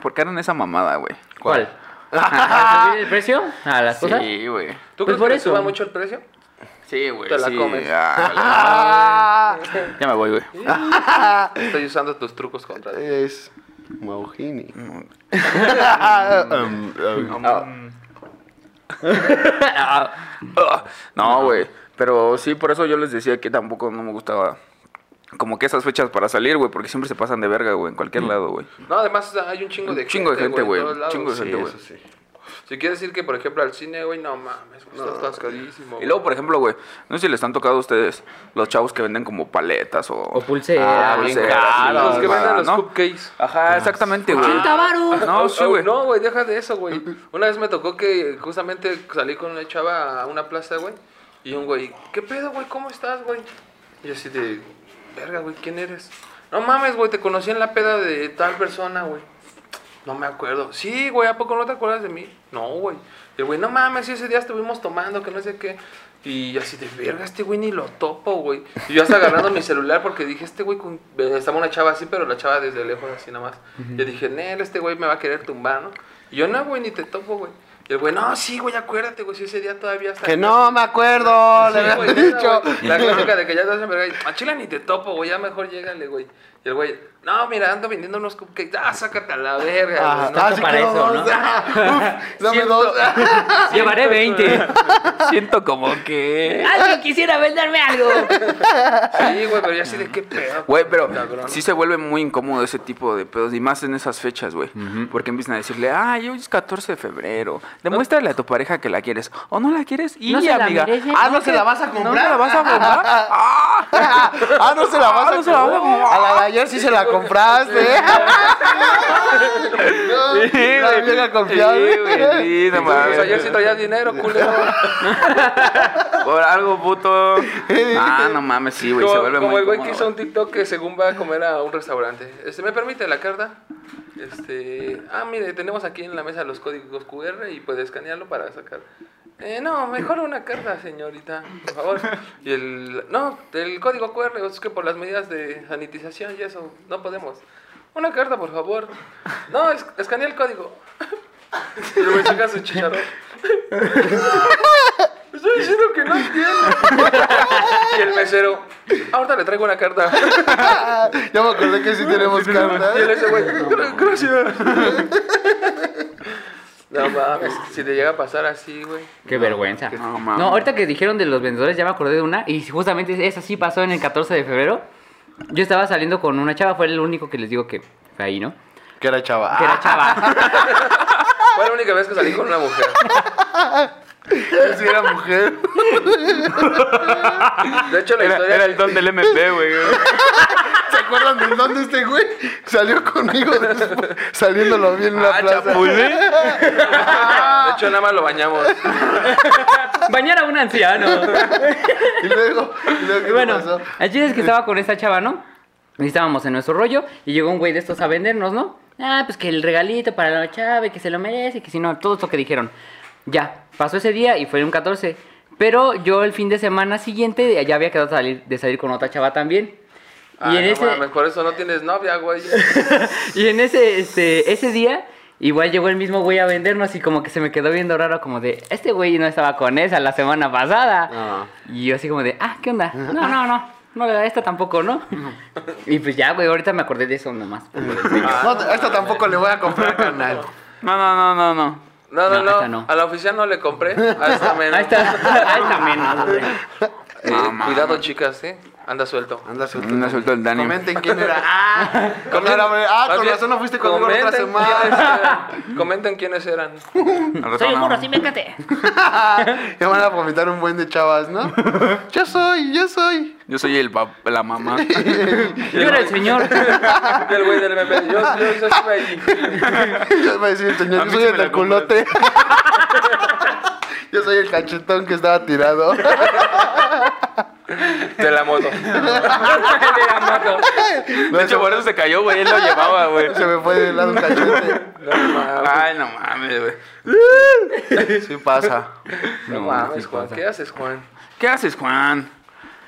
Speaker 3: ¿Por qué eran esa mamada, güey?
Speaker 2: ¿Cuál? ¿A ¿Subir el precio a las cosas?
Speaker 3: Sí, güey.
Speaker 4: ¿Tú
Speaker 2: Pues
Speaker 4: crees
Speaker 2: por
Speaker 4: que le
Speaker 2: eso.
Speaker 4: suba mucho el precio?
Speaker 3: Sí, güey.
Speaker 4: Te la
Speaker 3: sí.
Speaker 4: comes.
Speaker 3: Ah,
Speaker 4: *laughs*
Speaker 3: vale. ya me voy, güey.
Speaker 4: Estoy usando tus trucos
Speaker 5: Eh,
Speaker 4: contra ti.
Speaker 5: Es Maugini. *laughs*
Speaker 4: Ah.
Speaker 3: Ah, *laughs* No, güey. Pero sí, por eso yo les decía que tampoco no me gustaba como que esas fechas para salir, güey, porque siempre se pasan de verga, güey, en cualquier lado, güey.
Speaker 4: No, además hay un chingo de
Speaker 3: Un chingo de gente, güey.
Speaker 4: en todos lados.
Speaker 3: Chingo de gente, güey.
Speaker 4: Si quieres ir que, por ejemplo, al cine, güey, no mames, güey, está atascadísimo.
Speaker 3: Y luego, por ejemplo, güey, no sé si les han tocado a ustedes los chavos que venden como paletas o...
Speaker 2: O pulseras.
Speaker 3: Ah,
Speaker 5: bien
Speaker 3: pulseras,
Speaker 5: caros,
Speaker 3: sí,
Speaker 4: los que
Speaker 3: güey,
Speaker 4: venden los
Speaker 3: ¿no? Ah.
Speaker 4: cupcakes. *laughs*
Speaker 3: Ajá, exactamente, güey. No,
Speaker 4: Au,
Speaker 3: sí,
Speaker 4: au,
Speaker 3: güey.
Speaker 4: No, güey, deja de eso, güey. Una vez me tocó que justamente salí con una chava a una plaza, güey. Y un güey, ¿qué pedo, güey? ¿Cómo estás, güey? Y así de, verga, güey, ¿quién eres? No mames, güey, te conocí en la peda de tal persona, güey. No me acuerdo. Sí, güey, ¿a poco no te acuerdas de mí? No, güey. Y el güey, no mames, sí, ese día estuvimos tomando, que no sé qué. Y así de verga, este güey ni lo topo, güey. Y yo hasta agarrando mi celular porque dije, este güey, con... estaba una chava así, pero la chava desde lejos así nada más. Yo dije, Nel, este güey me va a querer tumbar, ¿no? Y yo, no, güey, ni te topo, güey. Y el güey, no, sí, güey, acuérdate, güey, si ese día todavía está.
Speaker 5: Que no me acuerdo,
Speaker 4: Sí,
Speaker 5: le
Speaker 4: güey,
Speaker 5: había
Speaker 4: neta,
Speaker 5: dicho.
Speaker 4: güey. La clásica de que ya te hacen verga. y, A Chile ni te topo, güey. Ya mejor llégale, güey. Y el güey, no, mira, ando vendiendo unos cupcakes. Ah, sácate a la verga.
Speaker 5: Ah,
Speaker 4: güey,
Speaker 2: tanto
Speaker 5: ah, sí
Speaker 2: para
Speaker 5: quiero
Speaker 2: eso,
Speaker 5: dos.
Speaker 2: ¿no? *laughs*
Speaker 5: Ah, uf, dame
Speaker 4: Siento-
Speaker 5: dos.
Speaker 2: Llevaré
Speaker 3: *laughs*
Speaker 2: 20.
Speaker 3: Siento como que...
Speaker 2: Alguien quisiera venderme algo.
Speaker 4: ¿no? Sí, güey, pero ya así de qué pedo.
Speaker 3: Güey, pero
Speaker 4: cabrón.
Speaker 3: sí se vuelve muy incómodo ese tipo de pedos, y más en esas fechas, güey. Porque empiezan a decirle, ay, hoy es 14 de febrero, demuéstrale a tu pareja que la quieres. O no la quieres, y
Speaker 2: No se la
Speaker 3: amiga.
Speaker 2: merece.
Speaker 5: Ah, ¿no se la vas a
Speaker 3: ¿No
Speaker 5: comprar?
Speaker 3: la vas a comprar? *laughs* Ah,
Speaker 5: Ah, no se la
Speaker 3: Ah,
Speaker 5: vas a
Speaker 3: no se la vas a
Speaker 5: comprar. A la de ayer sí se la compraste. *laughs*
Speaker 3: güey.
Speaker 5: No, la vieja
Speaker 3: Sí, güey,
Speaker 5: confiable.
Speaker 3: sí, no
Speaker 4: Pues,
Speaker 3: mames.
Speaker 4: ayer sí traía dinero, culero.
Speaker 3: Por algo, puto. Ah, no mames, sí, güey, se
Speaker 4: como
Speaker 3: vuelve
Speaker 4: como
Speaker 3: muy
Speaker 4: el güey que
Speaker 3: incómodo,
Speaker 4: hizo un TikTok que según va a comer a un restaurante. Este, ¿me permite la carta? Este, ah, mire, tenemos aquí en la mesa los códigos QR y puede escanearlo para sacar. Eh, no, mejor una carta, señorita, por favor. Y el, no, el código QR, es que por las medidas de sanitización y eso, no podemos. Una carta, por favor. No, es, escanea el código. *laughs* Y luego saca su chicharrón. *laughs* Estoy diciendo que no entiendo. Y el mesero, "Ah, ahorita le traigo una carta.
Speaker 5: Ya me acordé que sí tenemos
Speaker 4: Y él
Speaker 5: cartas.
Speaker 4: ese güey, "Gra- gracias. No mames, si te llega a pasar así, güey.
Speaker 2: Qué vergüenza.
Speaker 3: no,
Speaker 2: No,
Speaker 3: mames.
Speaker 2: ahorita que dijeron de los vendedores, ya me acordé de una. Y justamente esa sí pasó en el 14 de febrero. Yo estaba saliendo con una chava, fue el único que les digo que fue ahí, ¿no?
Speaker 5: Que era chava. Ah,
Speaker 2: Que era
Speaker 3: *laughs*
Speaker 2: chava.
Speaker 4: Fue la única vez que salí con una mujer.
Speaker 5: Ah, sí era mujer.
Speaker 4: De hecho, la
Speaker 3: Era,
Speaker 4: historia.
Speaker 3: era el don del MP, güey.
Speaker 5: ¿Se acuerdan de dónde este güey salió conmigo después, saliéndolo bien en la
Speaker 3: Ah,
Speaker 5: plaza?
Speaker 3: chapulín.
Speaker 4: De hecho, nada más lo bañamos.
Speaker 2: Bañar a un anciano.
Speaker 5: Y luego, y luego ¿qué
Speaker 2: Y
Speaker 4: *laughs*
Speaker 5: te
Speaker 2: bueno,
Speaker 5: pasó?
Speaker 2: el chiste es que estaba con esta chava, ¿no? Y estábamos en nuestro rollo y llegó un güey de estos a vendernos, ¿no? Ah, pues que el regalito para la chava y que se lo merece, que si no, todo esto que dijeron. Ya, pasó ese día y fue un 14. Pero yo el fin de semana siguiente ya había quedado salir, de salir con otra chava también. Y
Speaker 4: Ay,
Speaker 2: en
Speaker 4: Ah, no
Speaker 2: ese,
Speaker 4: mames, por eso no tienes novia, güey.
Speaker 2: y en ese, este, ese día, igual llegó el mismo güey a vendernos y como que se me quedó viendo raro, como de, este güey no estaba con esa la semana pasada.
Speaker 5: Ah.
Speaker 2: Y yo así como de, ah, ¿qué onda? No, no, no. No, la- esta tampoco, ¿no? y pues ya, güey, ahorita me acordé de eso nomás.
Speaker 5: No, a esta tampoco le voy a comprar, carnal.
Speaker 3: No, no, no, no, no.
Speaker 4: No,
Speaker 2: No,
Speaker 4: no, no,
Speaker 2: esta no.
Speaker 4: A la oficial no le compré. A esta menos.
Speaker 2: Ahí está, ahí está menos, güey.
Speaker 4: Eh,
Speaker 3: No, mames.
Speaker 4: cuidado, chicas, ¿eh? Anda suelto.
Speaker 5: Anda, suelta.
Speaker 3: Me suelto el Dani.
Speaker 5: Comenten quién era. Ah, con,
Speaker 4: Comenten-
Speaker 5: ah,
Speaker 4: más
Speaker 5: con
Speaker 4: bien,
Speaker 5: razón no fuiste conmigo la otra
Speaker 4: comenten
Speaker 5: *laughs*
Speaker 4: quiénes
Speaker 5: semana.
Speaker 4: eran. Comenten quiénes eran. *laughs*
Speaker 3: Al rato
Speaker 2: Soy un
Speaker 3: no.
Speaker 2: burro, sí, véngate.
Speaker 5: Te van a vomitar un buen de chavas, ¿no? *laughs* Yo soy, yo soy.
Speaker 3: Yo soy el pap- la
Speaker 5: *laughs*
Speaker 3: mamá.
Speaker 2: Yo era el
Speaker 4: *laughs*
Speaker 2: señor.
Speaker 4: Y el güey del meme. Yo, yo, yo estuve ahí.
Speaker 5: Yo voy a decir,
Speaker 3: A
Speaker 5: señor,
Speaker 3: mí
Speaker 5: yo
Speaker 3: sí
Speaker 5: soy
Speaker 3: me
Speaker 5: el
Speaker 3: la compró.
Speaker 5: culote. *laughs* Yo soy el cachetón que estaba tirado.
Speaker 4: De
Speaker 2: *laughs*
Speaker 4: la moto. *laughs* De la moto.
Speaker 5: No,
Speaker 3: De hecho, por eso se cayó, güey. Él lo llevaba,
Speaker 5: *laughs*
Speaker 3: güey.
Speaker 5: Se me fue de lado un cachete.
Speaker 4: No mames.
Speaker 3: Ay, no mames, güey.
Speaker 5: Sí pasa.
Speaker 4: No mames, Juan. ¿Qué haces, Juan?
Speaker 3: ¿Qué haces, Juan?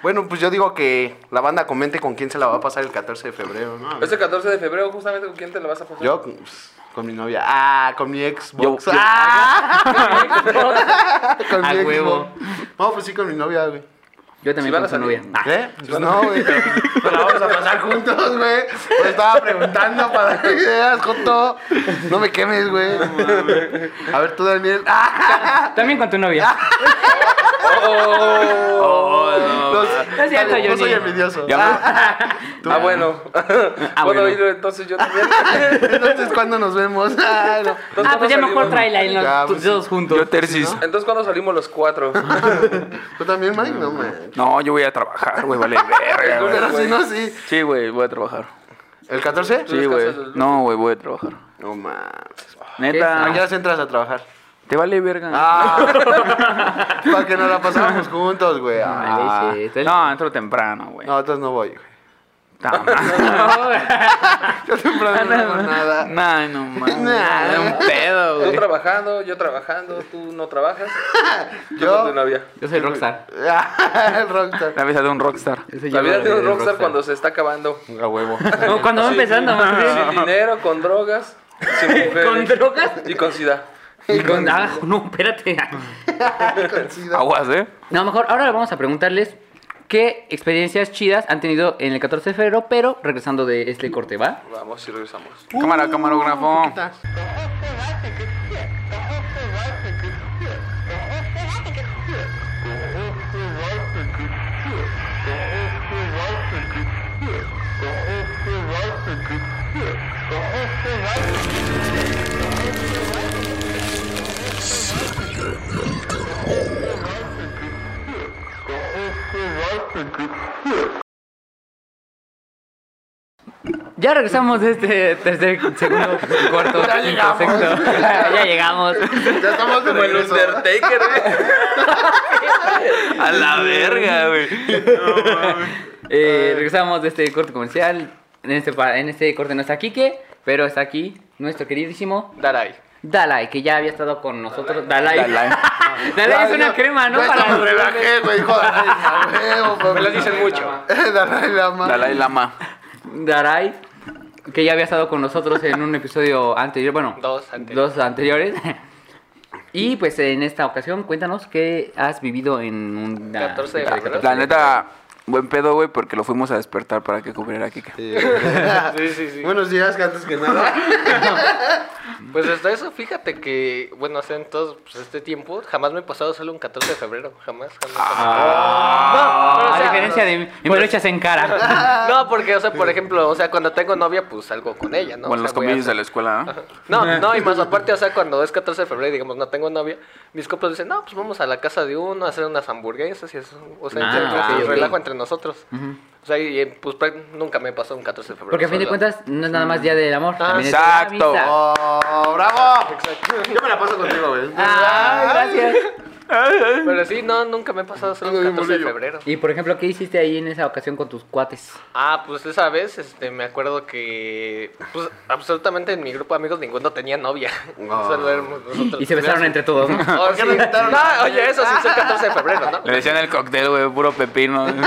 Speaker 5: Bueno, pues yo digo que la banda comente con quién se la va a pasar el 14 de febrero, ¿no?
Speaker 4: Este 14 de febrero, justamente, ¿con quién te la vas a pasar? *laughs*
Speaker 5: Yo pues, con mi novia. Ah, con mi Xbox.
Speaker 3: Yo- yo-
Speaker 5: ah, con
Speaker 2: A
Speaker 5: mi Xbox.
Speaker 2: huevo.
Speaker 5: No, pues sí con mi novia, güey.
Speaker 2: Yo también
Speaker 4: van a
Speaker 2: con su
Speaker 4: salir.
Speaker 2: novia. Ah,
Speaker 5: ¿Eh? Pues no, güey. Nos la vamos a pasar juntos, güey. Pues estaba preguntando para *laughs* dar ideas, Joto. No me quemes, güey. A ver tú, Daniel. Ah,
Speaker 2: También con tu novia.
Speaker 4: Ah,
Speaker 3: Oh,
Speaker 5: no,
Speaker 2: es cierto,
Speaker 5: dale, no
Speaker 2: Johnny.
Speaker 5: soy envidioso.
Speaker 3: Ya
Speaker 4: Ah, *laughs* bueno.
Speaker 2: Ah,
Speaker 4: Puedo
Speaker 2: bueno.
Speaker 4: ir entonces yo también.
Speaker 5: Entonces, ¿cuándo nos vemos? Ah, no.
Speaker 4: Entonces,
Speaker 2: Ah, pues ya
Speaker 4: ¿cuándo
Speaker 2: mejor
Speaker 4: salimos?
Speaker 2: tráela y los
Speaker 5: Ya,
Speaker 2: tú-
Speaker 5: pues sí.
Speaker 2: todos juntos.
Speaker 3: Yo tercis.
Speaker 4: Entonces, ¿cuándo salimos los cuatro?
Speaker 5: ¿Tú Pues también, Mike? No, man.
Speaker 3: No, yo voy a trabajar, güey. Vale,
Speaker 5: *laughs*
Speaker 3: verga, güey.
Speaker 5: Pero si no, sí.
Speaker 3: Sí, güey, voy a trabajar.
Speaker 5: ¿El 14?
Speaker 3: Sí, güey. No, güey, voy a trabajar.
Speaker 5: No, mames.
Speaker 3: Neta.
Speaker 5: Mañana entras a trabajar.
Speaker 3: Te vale verga.
Speaker 5: Ah, *laughs* para que nos la pasáramos juntos, güey. Ah,
Speaker 3: Ah,
Speaker 2: Vale, sí,
Speaker 3: No, entro temprano, güey.
Speaker 5: No, entonces no voy, güey.
Speaker 3: Ta madre.
Speaker 5: Yo temprano
Speaker 3: *laughs*
Speaker 5: no hago nada.
Speaker 3: Nah,
Speaker 5: *laughs*
Speaker 3: no mames.
Speaker 5: Nah.
Speaker 3: Era un pedo,
Speaker 4: Tú
Speaker 3: güey.
Speaker 4: trabajando, yo trabajando, tú no trabajas.
Speaker 5: Yo-
Speaker 4: Yo con tu novia.
Speaker 2: Yo soy rockstar.
Speaker 5: Ah, *laughs* el rockstar.
Speaker 3: La vida de un rockstar.
Speaker 2: Yo soy
Speaker 4: La vida de un rockstar, cuando
Speaker 2: cuando...
Speaker 4: se está acabando.
Speaker 5: A huevo.
Speaker 2: No, cuando va
Speaker 4: Sí,
Speaker 2: empezando.
Speaker 4: sí.
Speaker 2: más bien.
Speaker 4: Sin dinero, con drogas,
Speaker 2: *laughs*
Speaker 4: sin mujeres.
Speaker 2: ¿Con drogas?
Speaker 4: Y con sida.
Speaker 2: Y
Speaker 4: *laughs*
Speaker 2: con... Ah, no, espérate.
Speaker 3: Aguas, ¿eh?
Speaker 2: No, mejor ahora vamos a preguntarles qué experiencias chidas han tenido en el 14 de febrero, pero regresando de este corte, ¿va?
Speaker 4: Vamos y regresamos.
Speaker 5: Uh,
Speaker 3: Cámara, camarógrafo.
Speaker 2: Ya regresamos de este tercer, segundo, cuarto,
Speaker 5: Ya
Speaker 2: quinto,
Speaker 5: llegamos.
Speaker 2: sexto. ya llegamos.
Speaker 5: Ya estamos de
Speaker 4: Como el
Speaker 5: regreso.
Speaker 4: Undertaker, ¿eh?
Speaker 3: A la verga, güey.
Speaker 2: Eh, regresamos de este corte comercial. En este, pa- en este corte no está Kike, pero está aquí nuestro queridísimo
Speaker 3: Daray.
Speaker 2: Dalai, que ya había estado con nosotros. Dalai. Dalai,
Speaker 5: Ya,
Speaker 2: es una
Speaker 5: ya-
Speaker 2: crema, ¿no?
Speaker 5: Ya hasta me relajé, güey. Hijo de la huevo, papi.
Speaker 4: Me lo dicen mucho.
Speaker 5: *laughs* Dalai Lama.
Speaker 3: Dalai Lama.
Speaker 2: Dalai, que ya había estado con nosotros en un episodio anterior, bueno,
Speaker 4: Dos anteriores.
Speaker 2: dos anteriores. Y pues en esta ocasión, cuéntanos qué has vivido en un
Speaker 4: 14 de febrero.
Speaker 3: La neta, buen pedo, güey, porque lo fuimos a despertar para que cubriera a Kika.
Speaker 1: Sí, sí, sí.
Speaker 5: Buenos días, que antes que nada.
Speaker 1: Pues hasta eso, fíjate que, bueno, hace entonces, pues este tiempo, jamás me he pasado solo un 14 de febrero. Jamás, jamás. jamás. No, pero, o
Speaker 2: Ah, A
Speaker 1: sea, pues,
Speaker 2: diferencia de mí, me lo echas en cara.
Speaker 1: *laughs* No, porque, o sea, por ejemplo, o sea, cuando tengo novia, pues salgo con ella, ¿no?
Speaker 3: o en
Speaker 1: O
Speaker 3: los
Speaker 1: sea, voy a
Speaker 3: comillas de
Speaker 1: hacer-
Speaker 3: la escuela, ¿no?
Speaker 2: *laughs*
Speaker 1: No, no, y más aparte, o sea, cuando es 14 de febrero y digamos, no tengo novia, mis coplos dicen, no, pues vamos a la casa de uno a hacer unas hamburguesas y eso. O sea,
Speaker 2: Ah,
Speaker 1: entre- como que
Speaker 2: ok, ok.
Speaker 1: relajo entre nosotros. O sea, y eh, pues práct- nunca me he pasado un 14 de febrero.
Speaker 2: Porque a fin de
Speaker 1: solo.
Speaker 2: cuentas, no es nada más día del amor. también es día de
Speaker 3: Exacto.
Speaker 2: la amistad.
Speaker 5: Oh, bravo. Yo me la paso contigo, güey.
Speaker 2: Ay, gracias.
Speaker 1: Pero sí, no, nunca me he pasado solo
Speaker 5: Ando
Speaker 1: un
Speaker 5: bien
Speaker 1: 14 de
Speaker 5: bolillo.
Speaker 1: febrero.
Speaker 2: Y por ejemplo, ¿qué hiciste ahí en esa ocasión con tus cuates?
Speaker 1: Ah, pues esa vez, este, me acuerdo que, pues, absolutamente en mi grupo de amigos ninguno tenía novia. *laughs*
Speaker 5: No.
Speaker 1: Solo éramos nosotros.
Speaker 2: Y se besaron entre todos, *laughs* ¿no?
Speaker 1: Oh, sí.
Speaker 5: no invitaron a
Speaker 2: *laughs*
Speaker 1: No, oye, eso sí es el 14 de febrero, ¿no? *laughs*
Speaker 3: Le decían el cóctel, güey, puro pepino.
Speaker 1: No,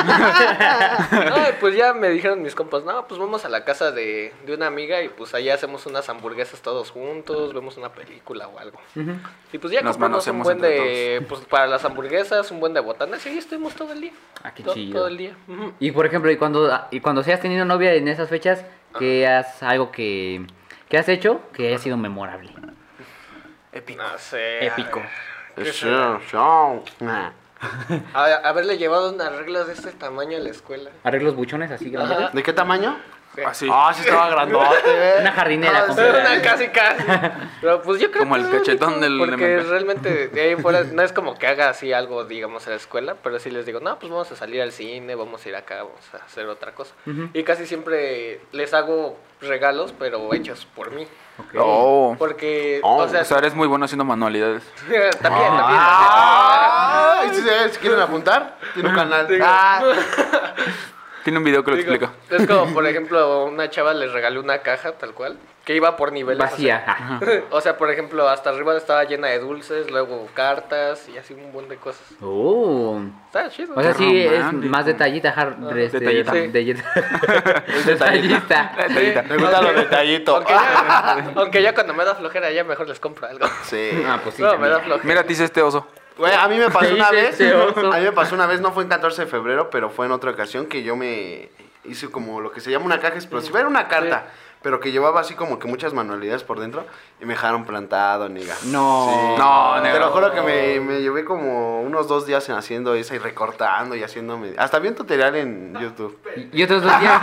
Speaker 1: pues ya me dijeron mis compas, no, pues vamos a la casa de, de una amiga y pues allá hacemos unas hamburguesas todos juntos, vemos una película o algo. Y pues ya
Speaker 3: Nos
Speaker 1: compramos un
Speaker 3: manoseamos
Speaker 1: buen
Speaker 3: entre
Speaker 1: de, pues para las hamburguesas, un buen de botanas y ahí estuvimos todo el día.
Speaker 2: Ah, qué
Speaker 1: To-
Speaker 2: chido.
Speaker 1: Todo el día. ujú.
Speaker 2: Y por ejemplo, y cuando, y cuando seas tenido novia en esas fechas, ¿qué has algo que, que has hecho que haya sido memorable?
Speaker 3: Épico.
Speaker 1: No sé. a
Speaker 2: Épico.
Speaker 1: ver, ¿qué
Speaker 5: Sí,
Speaker 1: será?
Speaker 5: sí. Nah.
Speaker 1: A- haberle llevado unas reglas de este tamaño a la escuela.
Speaker 2: Arreglos buchones así
Speaker 1: Ajá.
Speaker 2: grandes.
Speaker 5: ¿De qué tamaño?
Speaker 3: Así.
Speaker 5: Ah, sí estaba grandote, güey.
Speaker 2: Una jardinera
Speaker 5: Ah,
Speaker 2: completa.
Speaker 1: Una
Speaker 3: *laughs*
Speaker 1: casi casi. Pero pues yo creo
Speaker 3: Como
Speaker 1: que
Speaker 3: el
Speaker 1: es lo
Speaker 3: cachetón
Speaker 1: único,
Speaker 3: del
Speaker 1: Porque
Speaker 3: Lemon Pepper.
Speaker 1: realmente de ahí en
Speaker 3: *laughs*
Speaker 1: fuera no es como que haga así algo, digamos, a la escuela, pero sí les digo, no, pues vamos a salir al cine, vamos a ir acá, vamos a hacer otra cosa. Y casi siempre les hago regalos, pero hechos por mí.
Speaker 3: Oh.
Speaker 1: Porque,
Speaker 5: Oh,
Speaker 1: o sea,
Speaker 3: O sea, eres muy bueno haciendo manualidades.
Speaker 1: *laughs* también, también,
Speaker 5: Ah, ¿y si, se- si quieren apuntar, tiene un canal.
Speaker 1: Digo,
Speaker 5: Ah,
Speaker 3: Tiene un video que lo
Speaker 1: Digo,
Speaker 3: explica.
Speaker 1: es como, por ejemplo, a una chava les regalé una caja, tal cual, que iba por niveles. o sea,
Speaker 2: Vacía. ajá.
Speaker 1: *laughs* O sea, por ejemplo, hasta arriba estaba llena de dulces, luego cartas y así un montón de cosas.
Speaker 2: Oh.
Speaker 1: Está chido.
Speaker 2: O sea, sí, es
Speaker 3: romántico.
Speaker 2: más detallita. jar-
Speaker 1: Ah.
Speaker 2: de este-
Speaker 3: detallita.
Speaker 2: de- *laughs* detallista. *laughs*
Speaker 3: Detallita.
Speaker 5: me gustan los detallitos.
Speaker 1: Aunque ya, *laughs* aunque ya cuando me da flojera, ya mejor les compro algo.
Speaker 5: Sí.
Speaker 2: Ah, pues sí.
Speaker 1: no, me
Speaker 2: también.
Speaker 1: da flojera.
Speaker 3: Mira, te hice este oso.
Speaker 5: Güey, a mí me pasó
Speaker 2: Sí,
Speaker 5: una
Speaker 2: sí,
Speaker 5: vez.
Speaker 2: sí, oso.
Speaker 5: A mí me pasó una vez, no fue en 14 de febrero, pero fue en otra ocasión que yo me hice como lo que se llama una caja explosiva. Era una carta, pero que llevaba así como que muchas manualidades por dentro y me dejaron plantado, niga.
Speaker 2: No.
Speaker 3: No,
Speaker 5: Te lo
Speaker 3: negro.
Speaker 5: juro que me, me llevé como unos dos días en haciendo esa y recortando y haciéndome. Hasta vi un tutorial en YouTube.
Speaker 2: Y otros dos días.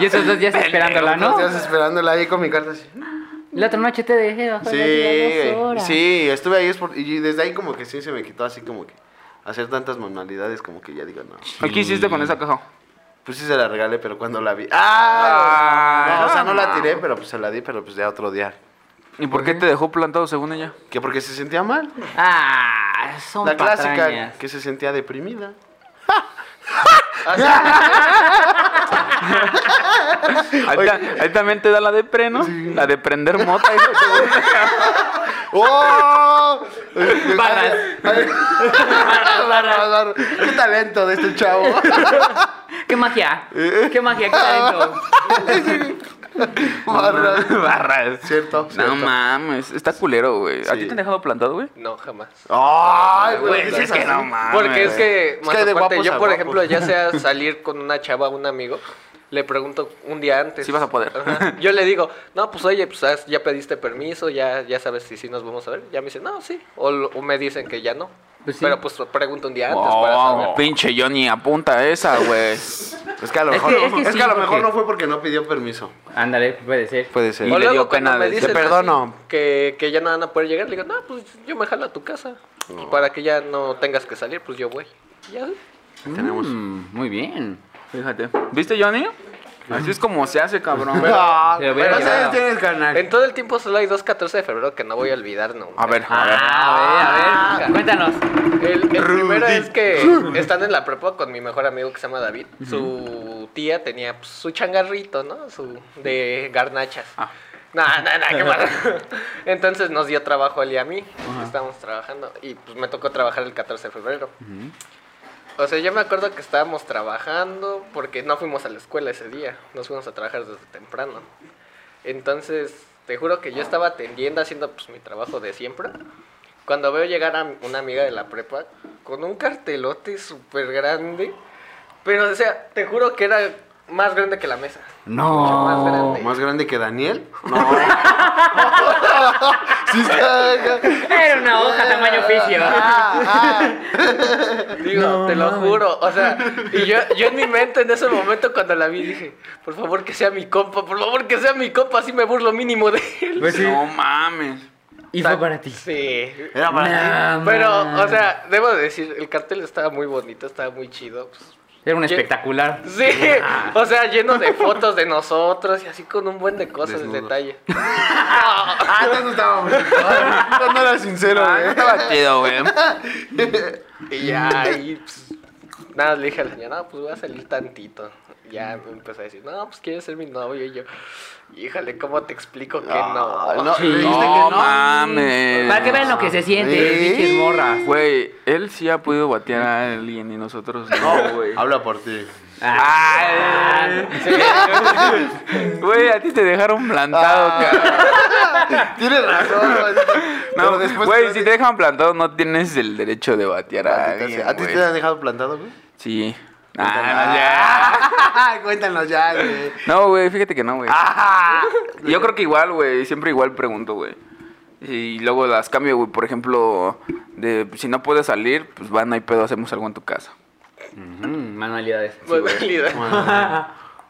Speaker 2: y otros dos *laughs* días esperándola,
Speaker 5: Dos
Speaker 2: ¿no?
Speaker 5: días esperándola ahí con mi carta así.
Speaker 2: Ah, La otra noche te dejé bajo
Speaker 5: Sí,
Speaker 2: la lluvia dos
Speaker 5: güey.
Speaker 2: horas.
Speaker 5: sí, estuve ahí es por- y desde ahí como que sí se me quitó así como que hacer tantas manualidades como que ya digo no.
Speaker 3: ¿Qué hiciste con esa caja?
Speaker 5: Pues sí se la regalé, pero cuando la vi.
Speaker 3: Ah,
Speaker 5: ¡Ah! No, o sea, no
Speaker 3: no.
Speaker 5: la tiré, pero pues se la di, pero pues ya otro día.
Speaker 3: ¿Y por qué te dejó plantado según
Speaker 1: *laughs*
Speaker 3: ella?
Speaker 5: ¿Que porque se sentía mal?
Speaker 2: Ah, son
Speaker 5: La clásica,
Speaker 2: patrañas.
Speaker 5: que se sentía deprimida.
Speaker 2: *laughs*
Speaker 5: *laughs*
Speaker 3: Ahí, ta- ahí también te da la de pre, ¿no? La de prender mota.
Speaker 5: ¡Oh!
Speaker 2: Barras.
Speaker 5: Barras, barras, barras. ¡Qué talento de este chavo!
Speaker 2: ¡Qué magia! ¡Qué magia! ¡Qué talento!
Speaker 3: *laughs*
Speaker 5: Barras.
Speaker 3: Barras.
Speaker 5: Cierto,
Speaker 3: No
Speaker 5: cierto.
Speaker 3: mames, está culero, güey. ¿A
Speaker 5: Sí.
Speaker 3: ti te han dejado plantado, güey?
Speaker 1: No, jamás.
Speaker 5: ¡Ay,
Speaker 1: Güey,
Speaker 5: güey!
Speaker 1: es
Speaker 5: ¿qué
Speaker 1: que
Speaker 5: así?
Speaker 3: Ah, no mames.
Speaker 1: Porque es que, más
Speaker 5: que hay de
Speaker 1: aparte,
Speaker 5: guapos
Speaker 1: yo,
Speaker 5: a
Speaker 1: por
Speaker 5: guapos.
Speaker 1: ejemplo, ya sea salir con una chava o un amigo, le pregunto un día antes.
Speaker 3: Sí vas a poder.
Speaker 1: Ajá. Yo le digo, no, pues oye, pues ¿sabes? ya pediste permiso, ya, ya sabes si sí nos vamos a ver. Ya me dicen, no, sí. O, lo- o me dicen que ya no.
Speaker 2: Pues sí.
Speaker 1: Pero pues pregunto un día antes para saber.
Speaker 3: Wow, pinche Johnny, apunta esa, güey.
Speaker 5: *laughs* Es que a lo
Speaker 2: Es
Speaker 3: *laughs*
Speaker 5: mejor,
Speaker 2: que-
Speaker 5: no-
Speaker 2: es que
Speaker 5: es
Speaker 2: sí,
Speaker 5: que a lo mejor
Speaker 2: porque-
Speaker 5: no fue porque no pidió permiso.
Speaker 2: *laughs* Ándale, puede ser.
Speaker 5: Puede ser.
Speaker 3: Y
Speaker 1: O
Speaker 3: le
Speaker 1: luego
Speaker 3: dio
Speaker 1: cuando
Speaker 3: pena
Speaker 1: me
Speaker 3: de-
Speaker 1: dicen
Speaker 5: "Te perdono".
Speaker 1: así, Que, que ya no van a poder llegar. Le digo, no, pues yo me jalo a tu casa. Para que ya no tengas que salir, pues yo voy. Ya.
Speaker 5: Tenemos.
Speaker 2: Mm, muy bien.
Speaker 3: Fíjate. ¿Viste, Johnny? Así es como se hace, cabrón.
Speaker 5: Ah,
Speaker 2: Pero hubiera
Speaker 5: ¿cuántos años
Speaker 2: llevado.
Speaker 5: tienes, carnal?
Speaker 1: En todo el tiempo solo hay dos 14 de febrero que no voy a olvidar nunca.
Speaker 3: A ver, a ver.
Speaker 2: Ah, a ver, a ver. Cuéntanos.
Speaker 1: El, el primero es que estando en la prepa con mi mejor amigo que se llama David, su tía tenía pues, su changarrito, ¿no? Su de garnachas. No, no, no, qué malo. Entonces nos dio trabajo él y a mí. Estábamos trabajando y pues me tocó trabajar el 14 de febrero. O sea, yo me acuerdo que estábamos trabajando porque no fuimos a la escuela ese día. Nos fuimos a trabajar desde temprano. Entonces, te juro que yo estaba atendiendo, haciendo pues mi trabajo de siempre. Cuando veo llegar a una amiga de la prepa con un cartelote súper grande. Pero, o sea, te juro que era más grande que la mesa. Mucho más
Speaker 2: No.
Speaker 1: grande.
Speaker 5: ¿Más grande que Daniel? No. Sí está-
Speaker 2: Era una hoja tamaño oficio.
Speaker 1: Digo, te lo juro. O sea, y yo, yo en mi mente en ese momento cuando la vi dije, por favor que sea mi compa, por favor que sea mi compa, así me burlo mínimo de él.
Speaker 2: Pues sí.
Speaker 3: No
Speaker 5: *laughs*
Speaker 3: mames.
Speaker 2: Y fue para ti.
Speaker 1: Sí.
Speaker 5: Era para
Speaker 2: Nah, Ah, man.
Speaker 1: Pero, o sea, debo decir, el cartel estaba muy bonito, estaba muy chido. pues,
Speaker 2: Era un
Speaker 1: Yo-
Speaker 2: espectacular.
Speaker 1: Sí, o sea, lleno de fotos de nosotros y así con un buen de cosas de
Speaker 5: Desnudos.
Speaker 1: detalle.
Speaker 5: Ah, entonces no estaba muy- Entonces no era sincero,
Speaker 3: Ah, no
Speaker 5: eh.
Speaker 3: estaba chido,
Speaker 5: *laughs*
Speaker 3: güey.
Speaker 1: Y ya, y pues, nada, le dije a la señora, no, pues voy a salir tantito. Y Ya me empezó a decir, no, pues quieres ser mi novio. Y yo, híjole, ¿cómo te explico que no?
Speaker 5: Ah,
Speaker 1: *laughs*
Speaker 5: No,
Speaker 2: Sí.
Speaker 5: ¿le dijiste que
Speaker 3: No
Speaker 5: no?
Speaker 3: mames.
Speaker 2: Para que vean lo que se siente,
Speaker 5: Sí.
Speaker 2: biches morras.
Speaker 3: Güey, él sí ha podido batear a alguien y nosotros no, güey.
Speaker 5: Habla por ti.
Speaker 3: Ay. Güey, a ti te dejaron plantado, cabrón.
Speaker 5: Tienes razón. güey. Ah, Pero
Speaker 3: No,
Speaker 5: después-
Speaker 3: güey, si te dejan plantado no tienes el derecho de batear a
Speaker 5: ¿A ti te-
Speaker 3: alguien,
Speaker 5: a ti
Speaker 3: güey.
Speaker 5: te han dejado plantado, güey?
Speaker 3: Sí. Ah, no, ya.
Speaker 5: *laughs* Cuéntanos Ah, ya, güey.
Speaker 3: No, güey, fíjate que no, güey. Yo creo que igual, güey, siempre igual pregunto, güey. Y luego las cambio, güey, por ejemplo, de si no puedes salir, pues va, no hay pedo, hacemos algo en tu casa.
Speaker 2: Ujú, manualidades.
Speaker 1: Bueno, líder.
Speaker 5: Manuel-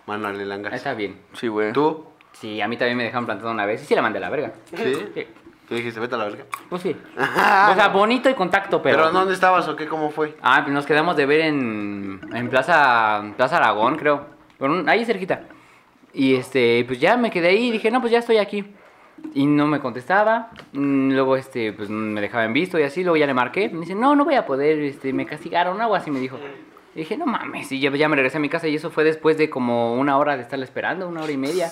Speaker 5: Manuel Elanga.
Speaker 2: Ah, Está bien.
Speaker 3: Sí, güey.
Speaker 5: ¿Tú?
Speaker 2: Sí, a mí también me dejaron plantado una vez. Y sí la mandé a la verga.
Speaker 5: ¿Sí?
Speaker 2: Sí.
Speaker 5: ¿Tú dijiste, vete a la verga?
Speaker 2: Pues sí. O sea, bonito y contacto, pero.
Speaker 5: ¿Pero dónde estabas o qué? ¿Cómo fue?
Speaker 2: Ah, pues nos quedamos de ver en, en Plaza, Plaza Aragón, creo. Por un- ahí cerquita. Y este, pues ya me quedé ahí y dije, no, pues ya estoy aquí. Y no me contestaba. Mm, Luego, este, pues me dejaba en visto y así. Luego ya le marqué. Me dice, no, no voy a poder, este, me castigaron, algo así me dijo. Y dije, no mames. Y ya, ya me regresé a mi casa y eso fue después de como una hora de estarla esperando, una hora y media.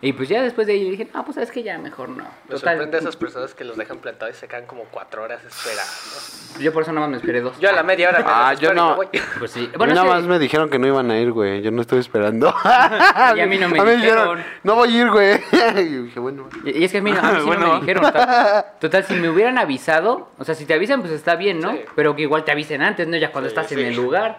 Speaker 2: Y pues ya después de ahí dije, no, pues es que ya mejor no.
Speaker 1: Me sorprende a esas personas que los dejan plantados y se quedan como cuatro horas esperando.
Speaker 2: yo por eso nada más me esperé dos.
Speaker 1: Yo a la media hora me
Speaker 5: Ah, *laughs*
Speaker 1: desespero
Speaker 5: yo no.
Speaker 1: y me voy.
Speaker 2: Pues sí.
Speaker 5: A mí nada
Speaker 2: sí.
Speaker 5: más me dijeron que no iban a ir, güey. Yo no estoy esperando.
Speaker 2: Y *laughs* a mí
Speaker 5: *laughs*
Speaker 2: no me dijeron.
Speaker 5: no voy a ir, güey. *laughs* Y dije, bueno.
Speaker 2: Y y es que mira,
Speaker 1: *laughs*
Speaker 2: a mí sí no me
Speaker 3: Bueno.
Speaker 2: dijeron. Total, total, si me hubieran avisado, o sea, si te avisan, pues está bien, ¿no?
Speaker 1: Sí.
Speaker 2: Pero que igual te avisen antes, ¿no? Ya cuando
Speaker 1: Sí,
Speaker 2: estás en
Speaker 1: sí.
Speaker 2: el lugar.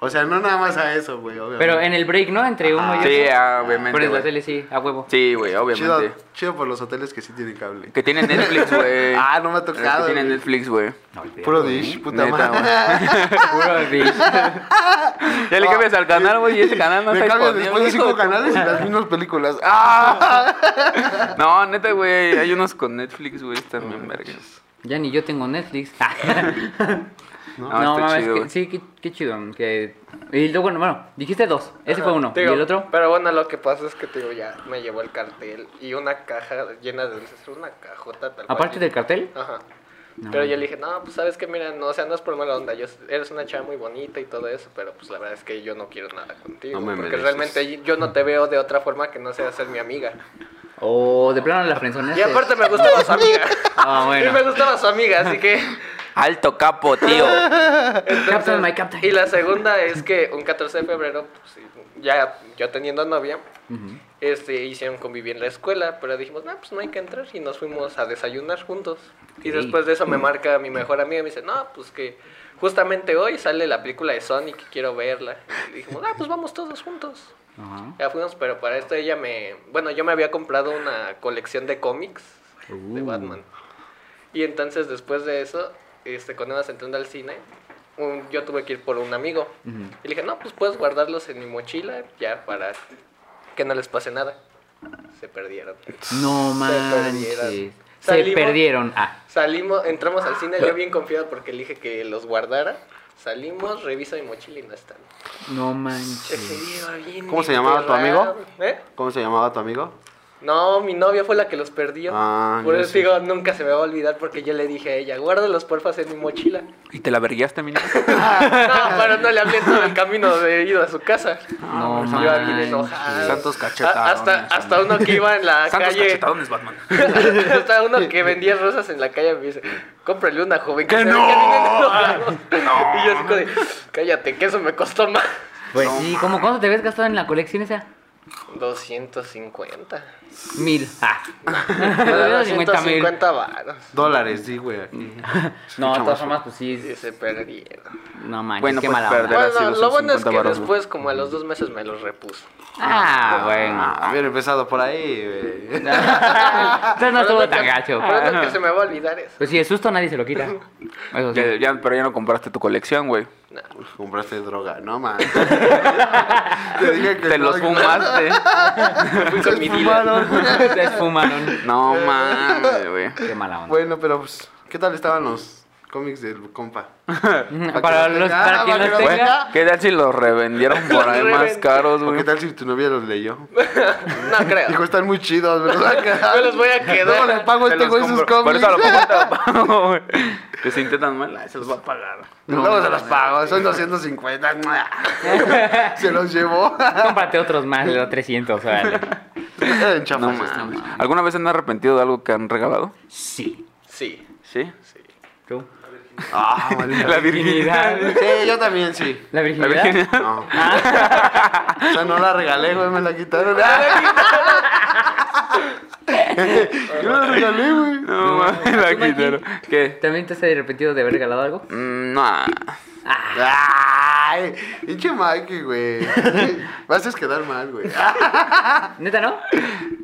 Speaker 5: O sea, no nada más a eso, güey. obviamente.
Speaker 2: Pero eh, en el break, ¿no? Entre uno y otro.
Speaker 3: sí, ah, obviamente.
Speaker 2: Pero en la
Speaker 3: güey.
Speaker 2: tele sí, a huevo.
Speaker 3: Sí, güey,
Speaker 5: chido,
Speaker 3: obviamente.
Speaker 5: chido por los hoteles que sí tienen cable.
Speaker 3: Que tiene Netflix, güey.
Speaker 5: *laughs* Ah, no me ha
Speaker 3: Los
Speaker 5: tocado,
Speaker 3: Que tiene
Speaker 5: güey.
Speaker 3: Netflix, güey.
Speaker 5: Puro dish, puta
Speaker 3: Neta, *laughs*
Speaker 5: madre.
Speaker 2: *laughs*
Speaker 5: *laughs*
Speaker 2: Puro bicho.
Speaker 3: Ya le cambias al canal, güey, y ese canal
Speaker 5: *laughs*
Speaker 3: no
Speaker 5: me
Speaker 3: está
Speaker 5: cambian
Speaker 3: disponible,
Speaker 5: después de
Speaker 3: hijo
Speaker 5: cinco
Speaker 3: tu-
Speaker 5: canales y las mismas películas. Ah,
Speaker 3: ¡Ah! *laughs* No, neta, güey. Hay unos con Netflix, güey. Están bien vergas.
Speaker 2: Ya ni yo tengo
Speaker 3: *laughs*
Speaker 2: Netflix.
Speaker 3: No,
Speaker 2: No,
Speaker 3: Ah, está
Speaker 2: mames,
Speaker 3: chido,
Speaker 2: que-
Speaker 3: güey.
Speaker 2: sí, qué, qué chido. Que... Y luego, bueno, bueno, dijiste dos. Ese fue uno.
Speaker 1: Te digo,
Speaker 2: ¿Y el otro?
Speaker 1: Pero bueno, lo que pasa es que te digo, ya me llevó el cartel y una caja llena de dulces, una cajota tal cual.
Speaker 2: Aparte del cartel.
Speaker 1: Ajá. Pero yo le dije, no, pues sabes que mira, no, o sea, no es por mala onda, yo, eres una chava muy bonita y todo eso, pero pues la verdad es que yo no quiero nada contigo,
Speaker 5: No me
Speaker 1: porque
Speaker 5: mereces.
Speaker 1: realmente yo no te veo de otra forma que no sea ser mi *laughs* amiga.
Speaker 2: O de plano la frenzoneta.
Speaker 1: Y aparte me gustaba su *laughs* amiga.
Speaker 2: Ah, bueno.
Speaker 1: Y me gustaba su amiga, así que...
Speaker 3: Alto capo, tío.
Speaker 2: Captain, my captain.
Speaker 1: Y la segunda es que un 14 de febrero, pues, sí, ya yo teniendo novia, este, hicieron convivir en la escuela, pero dijimos, no, pues no hay que entrar y nos fuimos a desayunar juntos. Y
Speaker 2: Ok.
Speaker 1: después de eso me marca mi mejor amiga y me dice, no, pues que justamente hoy sale la película de Sonic y quiero verla. Y dijimos, ah, pues vamos todos juntos.
Speaker 2: Ajá.
Speaker 1: Ya fuimos, pero para esto ella me... Bueno, yo me había comprado una colección de cómics
Speaker 3: Uh.
Speaker 5: Uh.
Speaker 1: de Batman. Y entonces después de eso, este, cuando ibas entrando al cine, un- yo tuve que ir por un amigo. Y le dije, no, pues puedes guardarlos en mi mochila ya para que no les pase nada. Se perdieron.
Speaker 2: No
Speaker 1: perdieron.
Speaker 2: manches. Se
Speaker 1: Salimos-
Speaker 2: perdieron. Ah.
Speaker 1: Salimos, entramos al cine, yo bien confiado porque le dije que los guardara. Salimos, reviso mi mochila y no están.
Speaker 2: No manches.
Speaker 1: Ese día,
Speaker 5: ¿Cómo se llamaba tu
Speaker 1: raro,
Speaker 5: amigo?
Speaker 1: ¿Eh?
Speaker 5: ¿Cómo se llamaba tu amigo?
Speaker 1: No, mi novia fue la que los perdió.
Speaker 5: Ah,
Speaker 1: Por
Speaker 5: ya
Speaker 1: eso
Speaker 5: sé.
Speaker 1: digo, nunca se me va a olvidar porque yo le dije a ella, guárdalos porfas en mi mochila.
Speaker 3: ¿Y te la verguiaste, *laughs* mi niño?
Speaker 1: no, pero no le hablé en todo el camino de ir a su casa.
Speaker 2: No
Speaker 1: Yo iba bien enojado.
Speaker 3: Santos
Speaker 1: A-
Speaker 3: cachetadones,
Speaker 1: Hasta,
Speaker 3: hombre.
Speaker 1: hasta uno que iba en la
Speaker 3: Santos
Speaker 1: calle.
Speaker 3: cachetadones, Batman.
Speaker 1: *laughs* hasta uno que vendía rosas en la calle me dice, cómprale una joven. Que, se ve
Speaker 3: no!
Speaker 1: que tiene rosas".
Speaker 3: *laughs*
Speaker 1: Y yo así como de, cállate, que eso me costó más.
Speaker 2: Pues sí, ¿cómo cuánto te habías gastado en la colección esa?
Speaker 1: 250.
Speaker 2: Mil. Ah.
Speaker 1: Nada,
Speaker 2: 250 mil.
Speaker 1: 250 varos.
Speaker 5: Dólares, sí, güey. aquí.
Speaker 2: No, de todas formas, pues sí.
Speaker 1: Y se perdieron.
Speaker 2: No manches,
Speaker 3: Bueno,
Speaker 2: qué
Speaker 3: pues,
Speaker 2: mala
Speaker 3: perdón.
Speaker 2: onda.
Speaker 3: Habrá
Speaker 1: Bueno,
Speaker 3: sido
Speaker 1: lo bueno es
Speaker 3: 150
Speaker 1: que
Speaker 3: varos,
Speaker 1: después, como a los dos meses, me los repuso.
Speaker 2: Ah, *laughs* bueno.
Speaker 5: Ah, hubiera empezado por ahí, güey.
Speaker 2: Entonces no estuvo tan gacho.
Speaker 1: Pero no que se me va a olvidar eso.
Speaker 2: Pues sí, el susto nadie se lo quita. Eso sí.
Speaker 3: Ya- *laughs* ya- pero ya no compraste tu colección, güey.
Speaker 1: No.
Speaker 5: *laughs* Compraste droga, no man. te dije que
Speaker 3: Te los fumaste.
Speaker 1: Fui con mi dealer.
Speaker 2: *laughs* Se esfumaron.
Speaker 5: *laughs*
Speaker 3: No mames, güey.
Speaker 2: Qué mala onda.
Speaker 5: Bueno, pero pues, ¿qué tal estaban los Cómics del compa.
Speaker 2: Mm, Para,
Speaker 5: que los
Speaker 2: los,
Speaker 5: tenga,
Speaker 2: para quien
Speaker 5: para que
Speaker 2: los
Speaker 5: los
Speaker 2: tenga.
Speaker 5: tenga.
Speaker 3: ¿Qué tal si los
Speaker 5: *laughs*
Speaker 3: revendieron por ahí más
Speaker 1: Revendieron.
Speaker 3: caros,
Speaker 5: ¿O
Speaker 3: güey?
Speaker 5: qué tal si tu novia los leyó?
Speaker 1: No creo.
Speaker 5: Dijo, están muy chidos, ¿verdad?
Speaker 1: Yo los voy a quedar.
Speaker 5: No le pago a
Speaker 3: Se
Speaker 5: este
Speaker 3: los
Speaker 5: güey sus
Speaker 3: compro.
Speaker 5: cómics.
Speaker 3: Por eso a lo mejor te lo pago, *laughs* güey. Que se intentan mal, ay, se los va a pagar.
Speaker 5: Luego se los pago, son 250. se los llevó.
Speaker 2: Cómprate otros más, de los 300. órale.
Speaker 5: En chafa,
Speaker 3: No,
Speaker 5: mames.
Speaker 3: mames. ¿Alguna vez se han arrepentido de algo que han regalado?
Speaker 2: Sí.
Speaker 1: Sí.
Speaker 3: Sí.
Speaker 2: ¿Tú?
Speaker 5: Ah, maldita.
Speaker 3: La virginidad.
Speaker 5: Sí, yo también sí.
Speaker 2: ¿La
Speaker 3: La
Speaker 2: virginidad?
Speaker 3: virginidad.
Speaker 5: No. O sea, no la regalé, güey, me la quitaron. *laughs* Yo la regalé,
Speaker 3: *laughs*
Speaker 5: güey.
Speaker 3: No, mames, la
Speaker 2: ¿Tú, Mikey?
Speaker 3: quitaron. ¿Qué?
Speaker 2: ¿También te has arrepentido de haber regalado algo?
Speaker 3: Mm, No. Ah.
Speaker 5: Ay, pinche Mikey, güey. Vas a quedar mal, güey.
Speaker 2: Ah, ¿Neta no?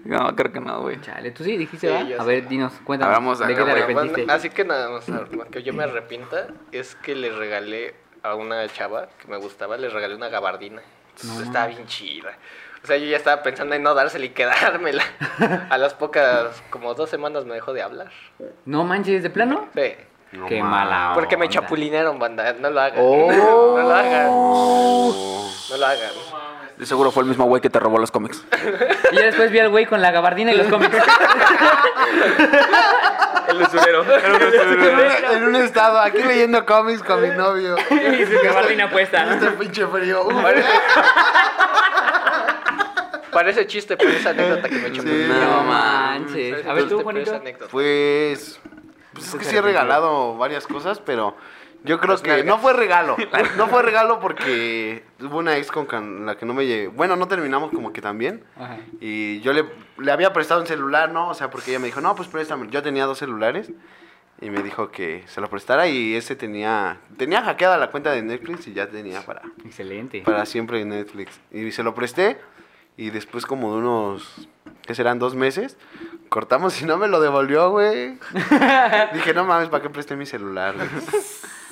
Speaker 3: No, creo que no, güey.
Speaker 2: Chale, tú sí dijiste,
Speaker 1: Sí,
Speaker 2: ¿verdad?
Speaker 1: yo
Speaker 2: A
Speaker 1: sí.
Speaker 2: ver, dinos, cuéntanos.
Speaker 3: Hablamos
Speaker 2: ¿De
Speaker 3: acá,
Speaker 2: qué te
Speaker 3: bueno,
Speaker 2: arrepentiste?
Speaker 1: Bueno, así que nada más, lo que yo me arrepienta es que le regalé a una chava que me gustaba, le regalé una gabardina. Entonces, Estaba bien chida. O sea, yo ya estaba pensando en no dársela y quedármela. A las pocas, como dos semanas me dejó de hablar.
Speaker 2: No manches, ¿de plano?
Speaker 1: Sí.
Speaker 2: qué mala
Speaker 1: Porque me
Speaker 2: onda.
Speaker 1: chapulinearon, banda. No lo hagan.
Speaker 5: Oh.
Speaker 1: No lo hagan. No lo hagan.
Speaker 3: De seguro fue el mismo güey que te robó los cómics.
Speaker 2: Y ya después vi al güey con la gabardina y los
Speaker 3: *laughs*
Speaker 2: cómics.
Speaker 3: El usurero.
Speaker 5: En un, en un estado, aquí leyendo cómics con mi novio.
Speaker 2: y su gabardina puesta.
Speaker 5: *laughs* Este pinche frío. Uf.
Speaker 1: Parece chiste, pero esa anécdota que me
Speaker 5: Sí.
Speaker 1: chapulinearon.
Speaker 2: No
Speaker 5: No
Speaker 2: manches.
Speaker 1: Parece
Speaker 2: A ver,
Speaker 1: chiste,
Speaker 2: tú,
Speaker 1: pero esa
Speaker 2: Juanito.
Speaker 1: anécdota.
Speaker 5: Pues, pues es que sí he regalado varias cosas, pero yo creo que no fue regalo. No fue regalo porque hubo una ex con can- la que no me llevé. Bueno, no terminamos como que también.
Speaker 2: Ajá.
Speaker 5: Y yo le, le había prestado un celular, ¿no? O sea, porque ella me dijo, no, pues préstame. Yo tenía dos celulares y me dijo que se lo prestara y ese tenía, tenía hackeada la cuenta de Netflix y ya tenía para,
Speaker 2: Excelente.
Speaker 5: para siempre en Netflix. Y se lo presté y después como de unos, ¿qué serán? Dos meses, cortamos y no me lo devolvió,
Speaker 1: *laughs*
Speaker 5: güey. Dije, no mames, ¿para qué presté mi celular? güey?"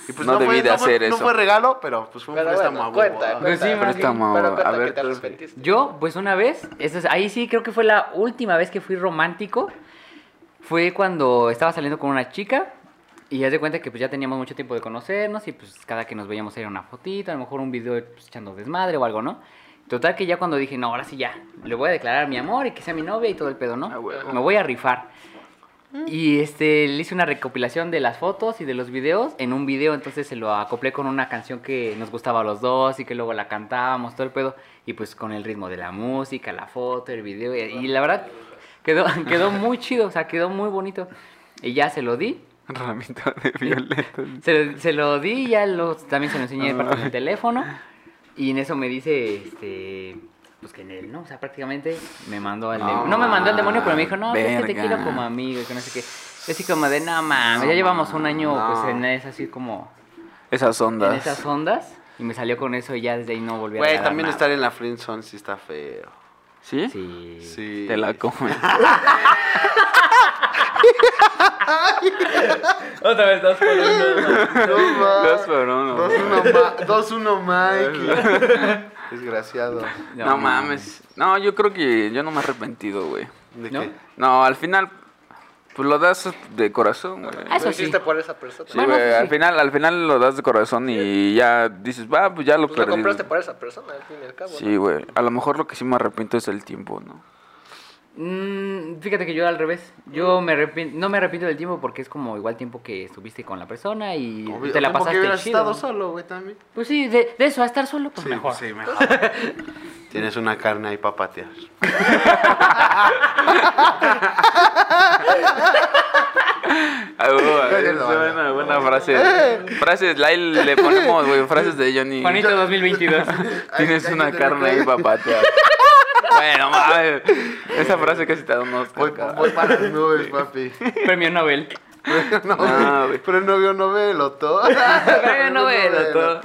Speaker 5: Y
Speaker 3: pues No
Speaker 5: fue-
Speaker 3: debí de
Speaker 5: fue-
Speaker 3: hacer
Speaker 5: no
Speaker 3: eso.
Speaker 5: fue regalo, pero pues fue un
Speaker 1: Pero
Speaker 5: préstamo a
Speaker 1: bueno,
Speaker 5: huevo.
Speaker 1: cuenta,
Speaker 2: Pues
Speaker 1: cuenta.
Speaker 2: sí, más
Speaker 1: pero
Speaker 3: bien.
Speaker 1: cuenta
Speaker 3: A ver,
Speaker 1: que te
Speaker 3: tú-
Speaker 1: arrepentiste.
Speaker 2: Yo, pues una vez, eso es- ahí sí creo que fue la última vez que fui romántico. Fue cuando estaba saliendo con una chica y haz de cuenta que pues ya teníamos mucho tiempo de conocernos y pues cada que nos veíamos era una fotito, a lo mejor un video pues, echando desmadre o algo, ¿no? Total que ya cuando dije, no, ahora sí ya, le voy a declarar mi amor y que sea mi novia y todo el pedo, ¿no?
Speaker 3: Ah, huevo.
Speaker 2: Me voy a rifar. Y este, le hice una recopilación de las fotos y de los videos en un video, entonces se lo acoplé con una canción que nos gustaba a los dos y que luego la cantábamos, todo el pedo, y pues con el ritmo de la música, la foto, el video, y, y la verdad quedó, *laughs* quedó muy chido, o sea, quedó muy bonito. Y ya se lo di,
Speaker 3: Ramita *laughs* de violeta.
Speaker 2: se, lo- se lo di, ya lo, también se lo enseñé de parte del teléfono, y en eso me dice, este, pues que en él, ¿no? O sea, prácticamente me mandó al demonio. No me mandó al demonio, pero me dijo, no, pues, es que te
Speaker 3: Verga.
Speaker 2: quiero como amigo, y que no sé qué. Yo así como de, no mames, ya llevamos un año, pues, en es así como,
Speaker 3: Esas ondas.
Speaker 2: en esas ondas, y me salió con eso y ya desde ahí no volví a
Speaker 5: Güey,
Speaker 2: regalar
Speaker 5: también
Speaker 2: nada.
Speaker 5: estar en la friendzone sí está feo.
Speaker 3: ¿Sí?
Speaker 2: Sí.
Speaker 5: Sí.
Speaker 3: Te la *laughs* comes.
Speaker 2: Otra vez dos por uno.
Speaker 5: No
Speaker 3: *laughs*
Speaker 5: ma.
Speaker 3: Dos por uno,
Speaker 5: Dos
Speaker 3: güey.
Speaker 5: uno ma- Dos uno Mike.
Speaker 3: *laughs*
Speaker 5: Desgraciado.
Speaker 3: No, mames. No, yo creo que yo no me he arrepentido, güey.
Speaker 5: ¿De
Speaker 2: ¿No?
Speaker 5: qué?
Speaker 3: No, al final, pues lo das de corazón, güey.
Speaker 2: Ah,
Speaker 1: Lo
Speaker 2: eso sí.
Speaker 1: hiciste por esa persona.
Speaker 3: Sí,
Speaker 2: Bueno,
Speaker 3: güey,
Speaker 2: pues sí.
Speaker 3: al final, al final lo das de corazón y ya dices, va, pues ya lo
Speaker 1: Pues lo
Speaker 3: perdí.
Speaker 1: compraste por esa persona, al fin y al cabo.
Speaker 3: Sí, güey. A lo mejor lo que sí me arrepiento es el tiempo, ¿no?
Speaker 2: Mm, fíjate que yo al revés. Yo me arrepien- no me arrepiento del tiempo porque es como igual tiempo que estuviste con la persona y
Speaker 5: Obvio,
Speaker 2: te la
Speaker 5: ¿cómo que
Speaker 2: pasaste
Speaker 5: hubieras
Speaker 2: chido.
Speaker 5: estado solo, güey, también.
Speaker 2: Pues sí, de, de eso a estar solo, pues *laughs* mejor.
Speaker 5: sí, mejor. *laughs* Tienes una carne ahí para patear.
Speaker 3: Ah, güey, es
Speaker 5: Cállalo,
Speaker 3: buena, buena frase. Frases, ahí le ponemos, güey, frases de Johnny.
Speaker 2: Juanito
Speaker 5: *laughs*
Speaker 2: 2022.
Speaker 3: Tienes
Speaker 5: Ay,
Speaker 3: una
Speaker 5: cállate,
Speaker 3: carne ahí
Speaker 5: no
Speaker 3: para patear. bueno, mames. Esa frase casi te da unos.
Speaker 5: Voy, voy para las *laughs* nubes, papi.
Speaker 2: Premio Nobel.
Speaker 5: No,
Speaker 3: No, güey.
Speaker 5: pero el novio no ve lo todo. *laughs*
Speaker 2: Premio Nobel.
Speaker 3: todo.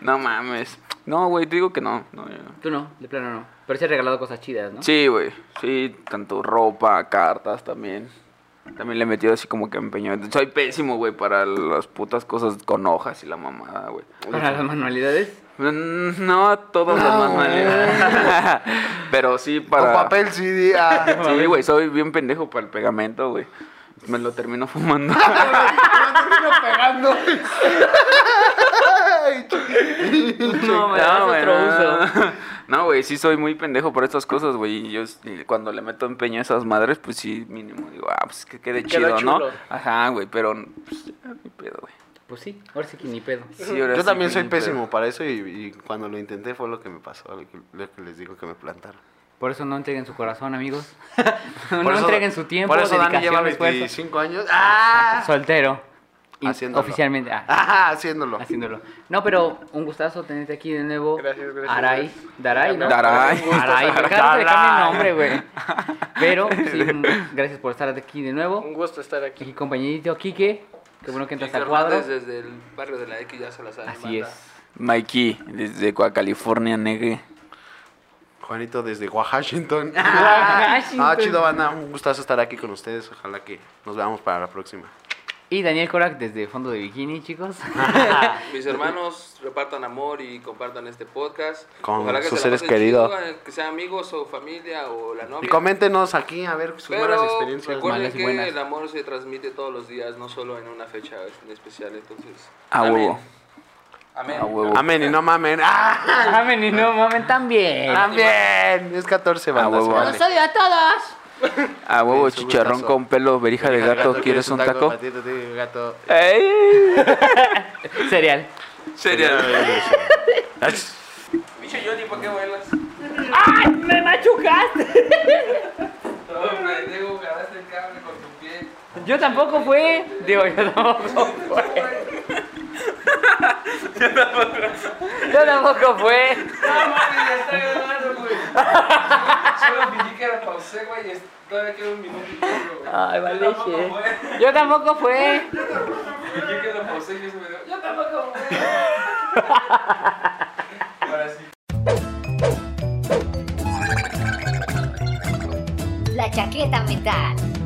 Speaker 3: No mames. No, güey, te digo que no. no, yo no.
Speaker 2: Tú no, de plano no. Pero sí has regalado cosas chidas, ¿no?
Speaker 3: Sí, güey. Sí, tanto ropa, cartas también. También le he metido así como que empeño. Soy pésimo, güey, para las putas cosas con hojas y la mamada, güey.
Speaker 2: Para las manualidades.
Speaker 3: Mm, No todos los
Speaker 5: No,
Speaker 3: manuales.
Speaker 5: *laughs*
Speaker 3: Pero sí para.
Speaker 5: Con papel CD. *laughs* ah.
Speaker 3: Sí, güey, soy bien pendejo para el pegamento, güey. Me lo termino *laughs* fumando.
Speaker 5: me termino
Speaker 3: *laughs*
Speaker 5: pegando.
Speaker 2: No, güey, es
Speaker 3: güey,
Speaker 2: otro
Speaker 3: no.
Speaker 2: uso.
Speaker 3: *laughs* No, güey, sí soy muy pendejo por estas cosas, güey. Y yo s- y cuando le meto empeño a esas madres, pues sí, mínimo digo, ah, pues que quede
Speaker 1: Quedó
Speaker 3: chido, ¿no?
Speaker 1: chulo.
Speaker 3: Ajá, güey, pero pues, ya, ni pedo, güey.
Speaker 2: Pues sí, ahora sí que ni pedo.
Speaker 3: Sí, ahora
Speaker 5: Yo
Speaker 3: sí
Speaker 5: también
Speaker 3: que
Speaker 5: soy
Speaker 3: ni pedo.
Speaker 5: pésimo para eso y, y cuando lo intenté fue lo que me pasó, lo que, lo que les digo que me plantaron.
Speaker 2: Por eso no entreguen su corazón,
Speaker 5: *laughs*
Speaker 2: amigos. no
Speaker 5: Por eso-
Speaker 2: entreguen su tiempo,
Speaker 5: Por eso Dani
Speaker 2: dedicación,
Speaker 5: lleva
Speaker 2: esfuerzo.
Speaker 5: 25 años. ¡Ah!
Speaker 2: Soltero. Y
Speaker 5: Haciéndolo.
Speaker 2: Oficialmente. ah,
Speaker 5: *laughs* ¡Ah! Haciéndolo.
Speaker 2: haciéndolo. No, pero un gustazo tenerte aquí de nuevo.
Speaker 1: Gracias, gracias.
Speaker 2: Aray. Daray, ¿no?
Speaker 3: Daray.
Speaker 2: Aray. me encanta que le cambien nombre,
Speaker 5: *laughs*
Speaker 2: güey. Pero, sí, gracias por estar aquí de nuevo.
Speaker 1: Un gusto estar aquí.
Speaker 2: Aquí, compañerito Quique. Qué bueno que entras
Speaker 4: Quique
Speaker 2: a cuadro.
Speaker 4: Hernández desde el barrio de la X ya se la sabe.
Speaker 2: Así
Speaker 4: banda.
Speaker 2: es.
Speaker 3: Mikey, desde Coa, California, negue.
Speaker 5: Juanito
Speaker 2: *laughs*
Speaker 5: desde Washington.
Speaker 2: Washington.
Speaker 5: Ah, chido, banda. Un gustazo estar aquí con ustedes. Ojalá que nos veamos para la próxima.
Speaker 2: Y Daniel Korak desde Fondo de Bikini,
Speaker 4: *laughs*
Speaker 2: chicos.
Speaker 4: Mis hermanos, repartan amor y compartan este podcast.
Speaker 5: Con
Speaker 4: que
Speaker 5: sus
Speaker 4: se la
Speaker 5: seres
Speaker 4: pasen
Speaker 5: queridos.
Speaker 4: chido, eh, que sean amigos o familia o la novia.
Speaker 5: Y coméntenos aquí a ver sus malas
Speaker 4: Pero
Speaker 5: experiencias.
Speaker 4: recuerden
Speaker 2: malas y
Speaker 4: que
Speaker 2: buenas.
Speaker 4: el amor se transmite todos los días, no solo en una fecha en especial. Entonces,
Speaker 3: A
Speaker 4: amén.
Speaker 3: huevo.
Speaker 4: Amén.
Speaker 3: A huevo.
Speaker 5: Amén y no mamen. ¡Ah!
Speaker 2: Mamen y no mamen también.
Speaker 4: Ah,
Speaker 5: Amén. Es 14, banda.
Speaker 3: Ah, huevo.
Speaker 5: vale.
Speaker 2: odio a todos.
Speaker 3: A huevo,
Speaker 5: Sí, su
Speaker 3: chicharrón
Speaker 5: gustazo.
Speaker 3: con pelo, verija de gato, ¿quieres un taco?
Speaker 5: Patito, tío, *laughs* gato.
Speaker 3: ¡Ey!
Speaker 2: Cereal.
Speaker 3: Sería.
Speaker 4: Bicho Johnny, ¿por qué vuelas?
Speaker 2: ¡Ay, me machucaste!
Speaker 4: Todo pendejo, agarraste el cable con tu pie.
Speaker 2: Yo tampoco fui. Digo, yo tampoco fui.
Speaker 4: *laughs*
Speaker 2: Yo tampoco fue.
Speaker 4: No, mami, ya está grabando, güey. Solo fingí que la pausé, güey, y todavía queda un minuto y medio, güey.
Speaker 2: Ay, vale,
Speaker 4: Yo tampoco
Speaker 2: che.
Speaker 4: fue.
Speaker 2: Yo tampoco fue.
Speaker 4: Fingí que la pausé y eso me dio. Yo tampoco, güey. Ahora sí.
Speaker 6: La chaqueta mental.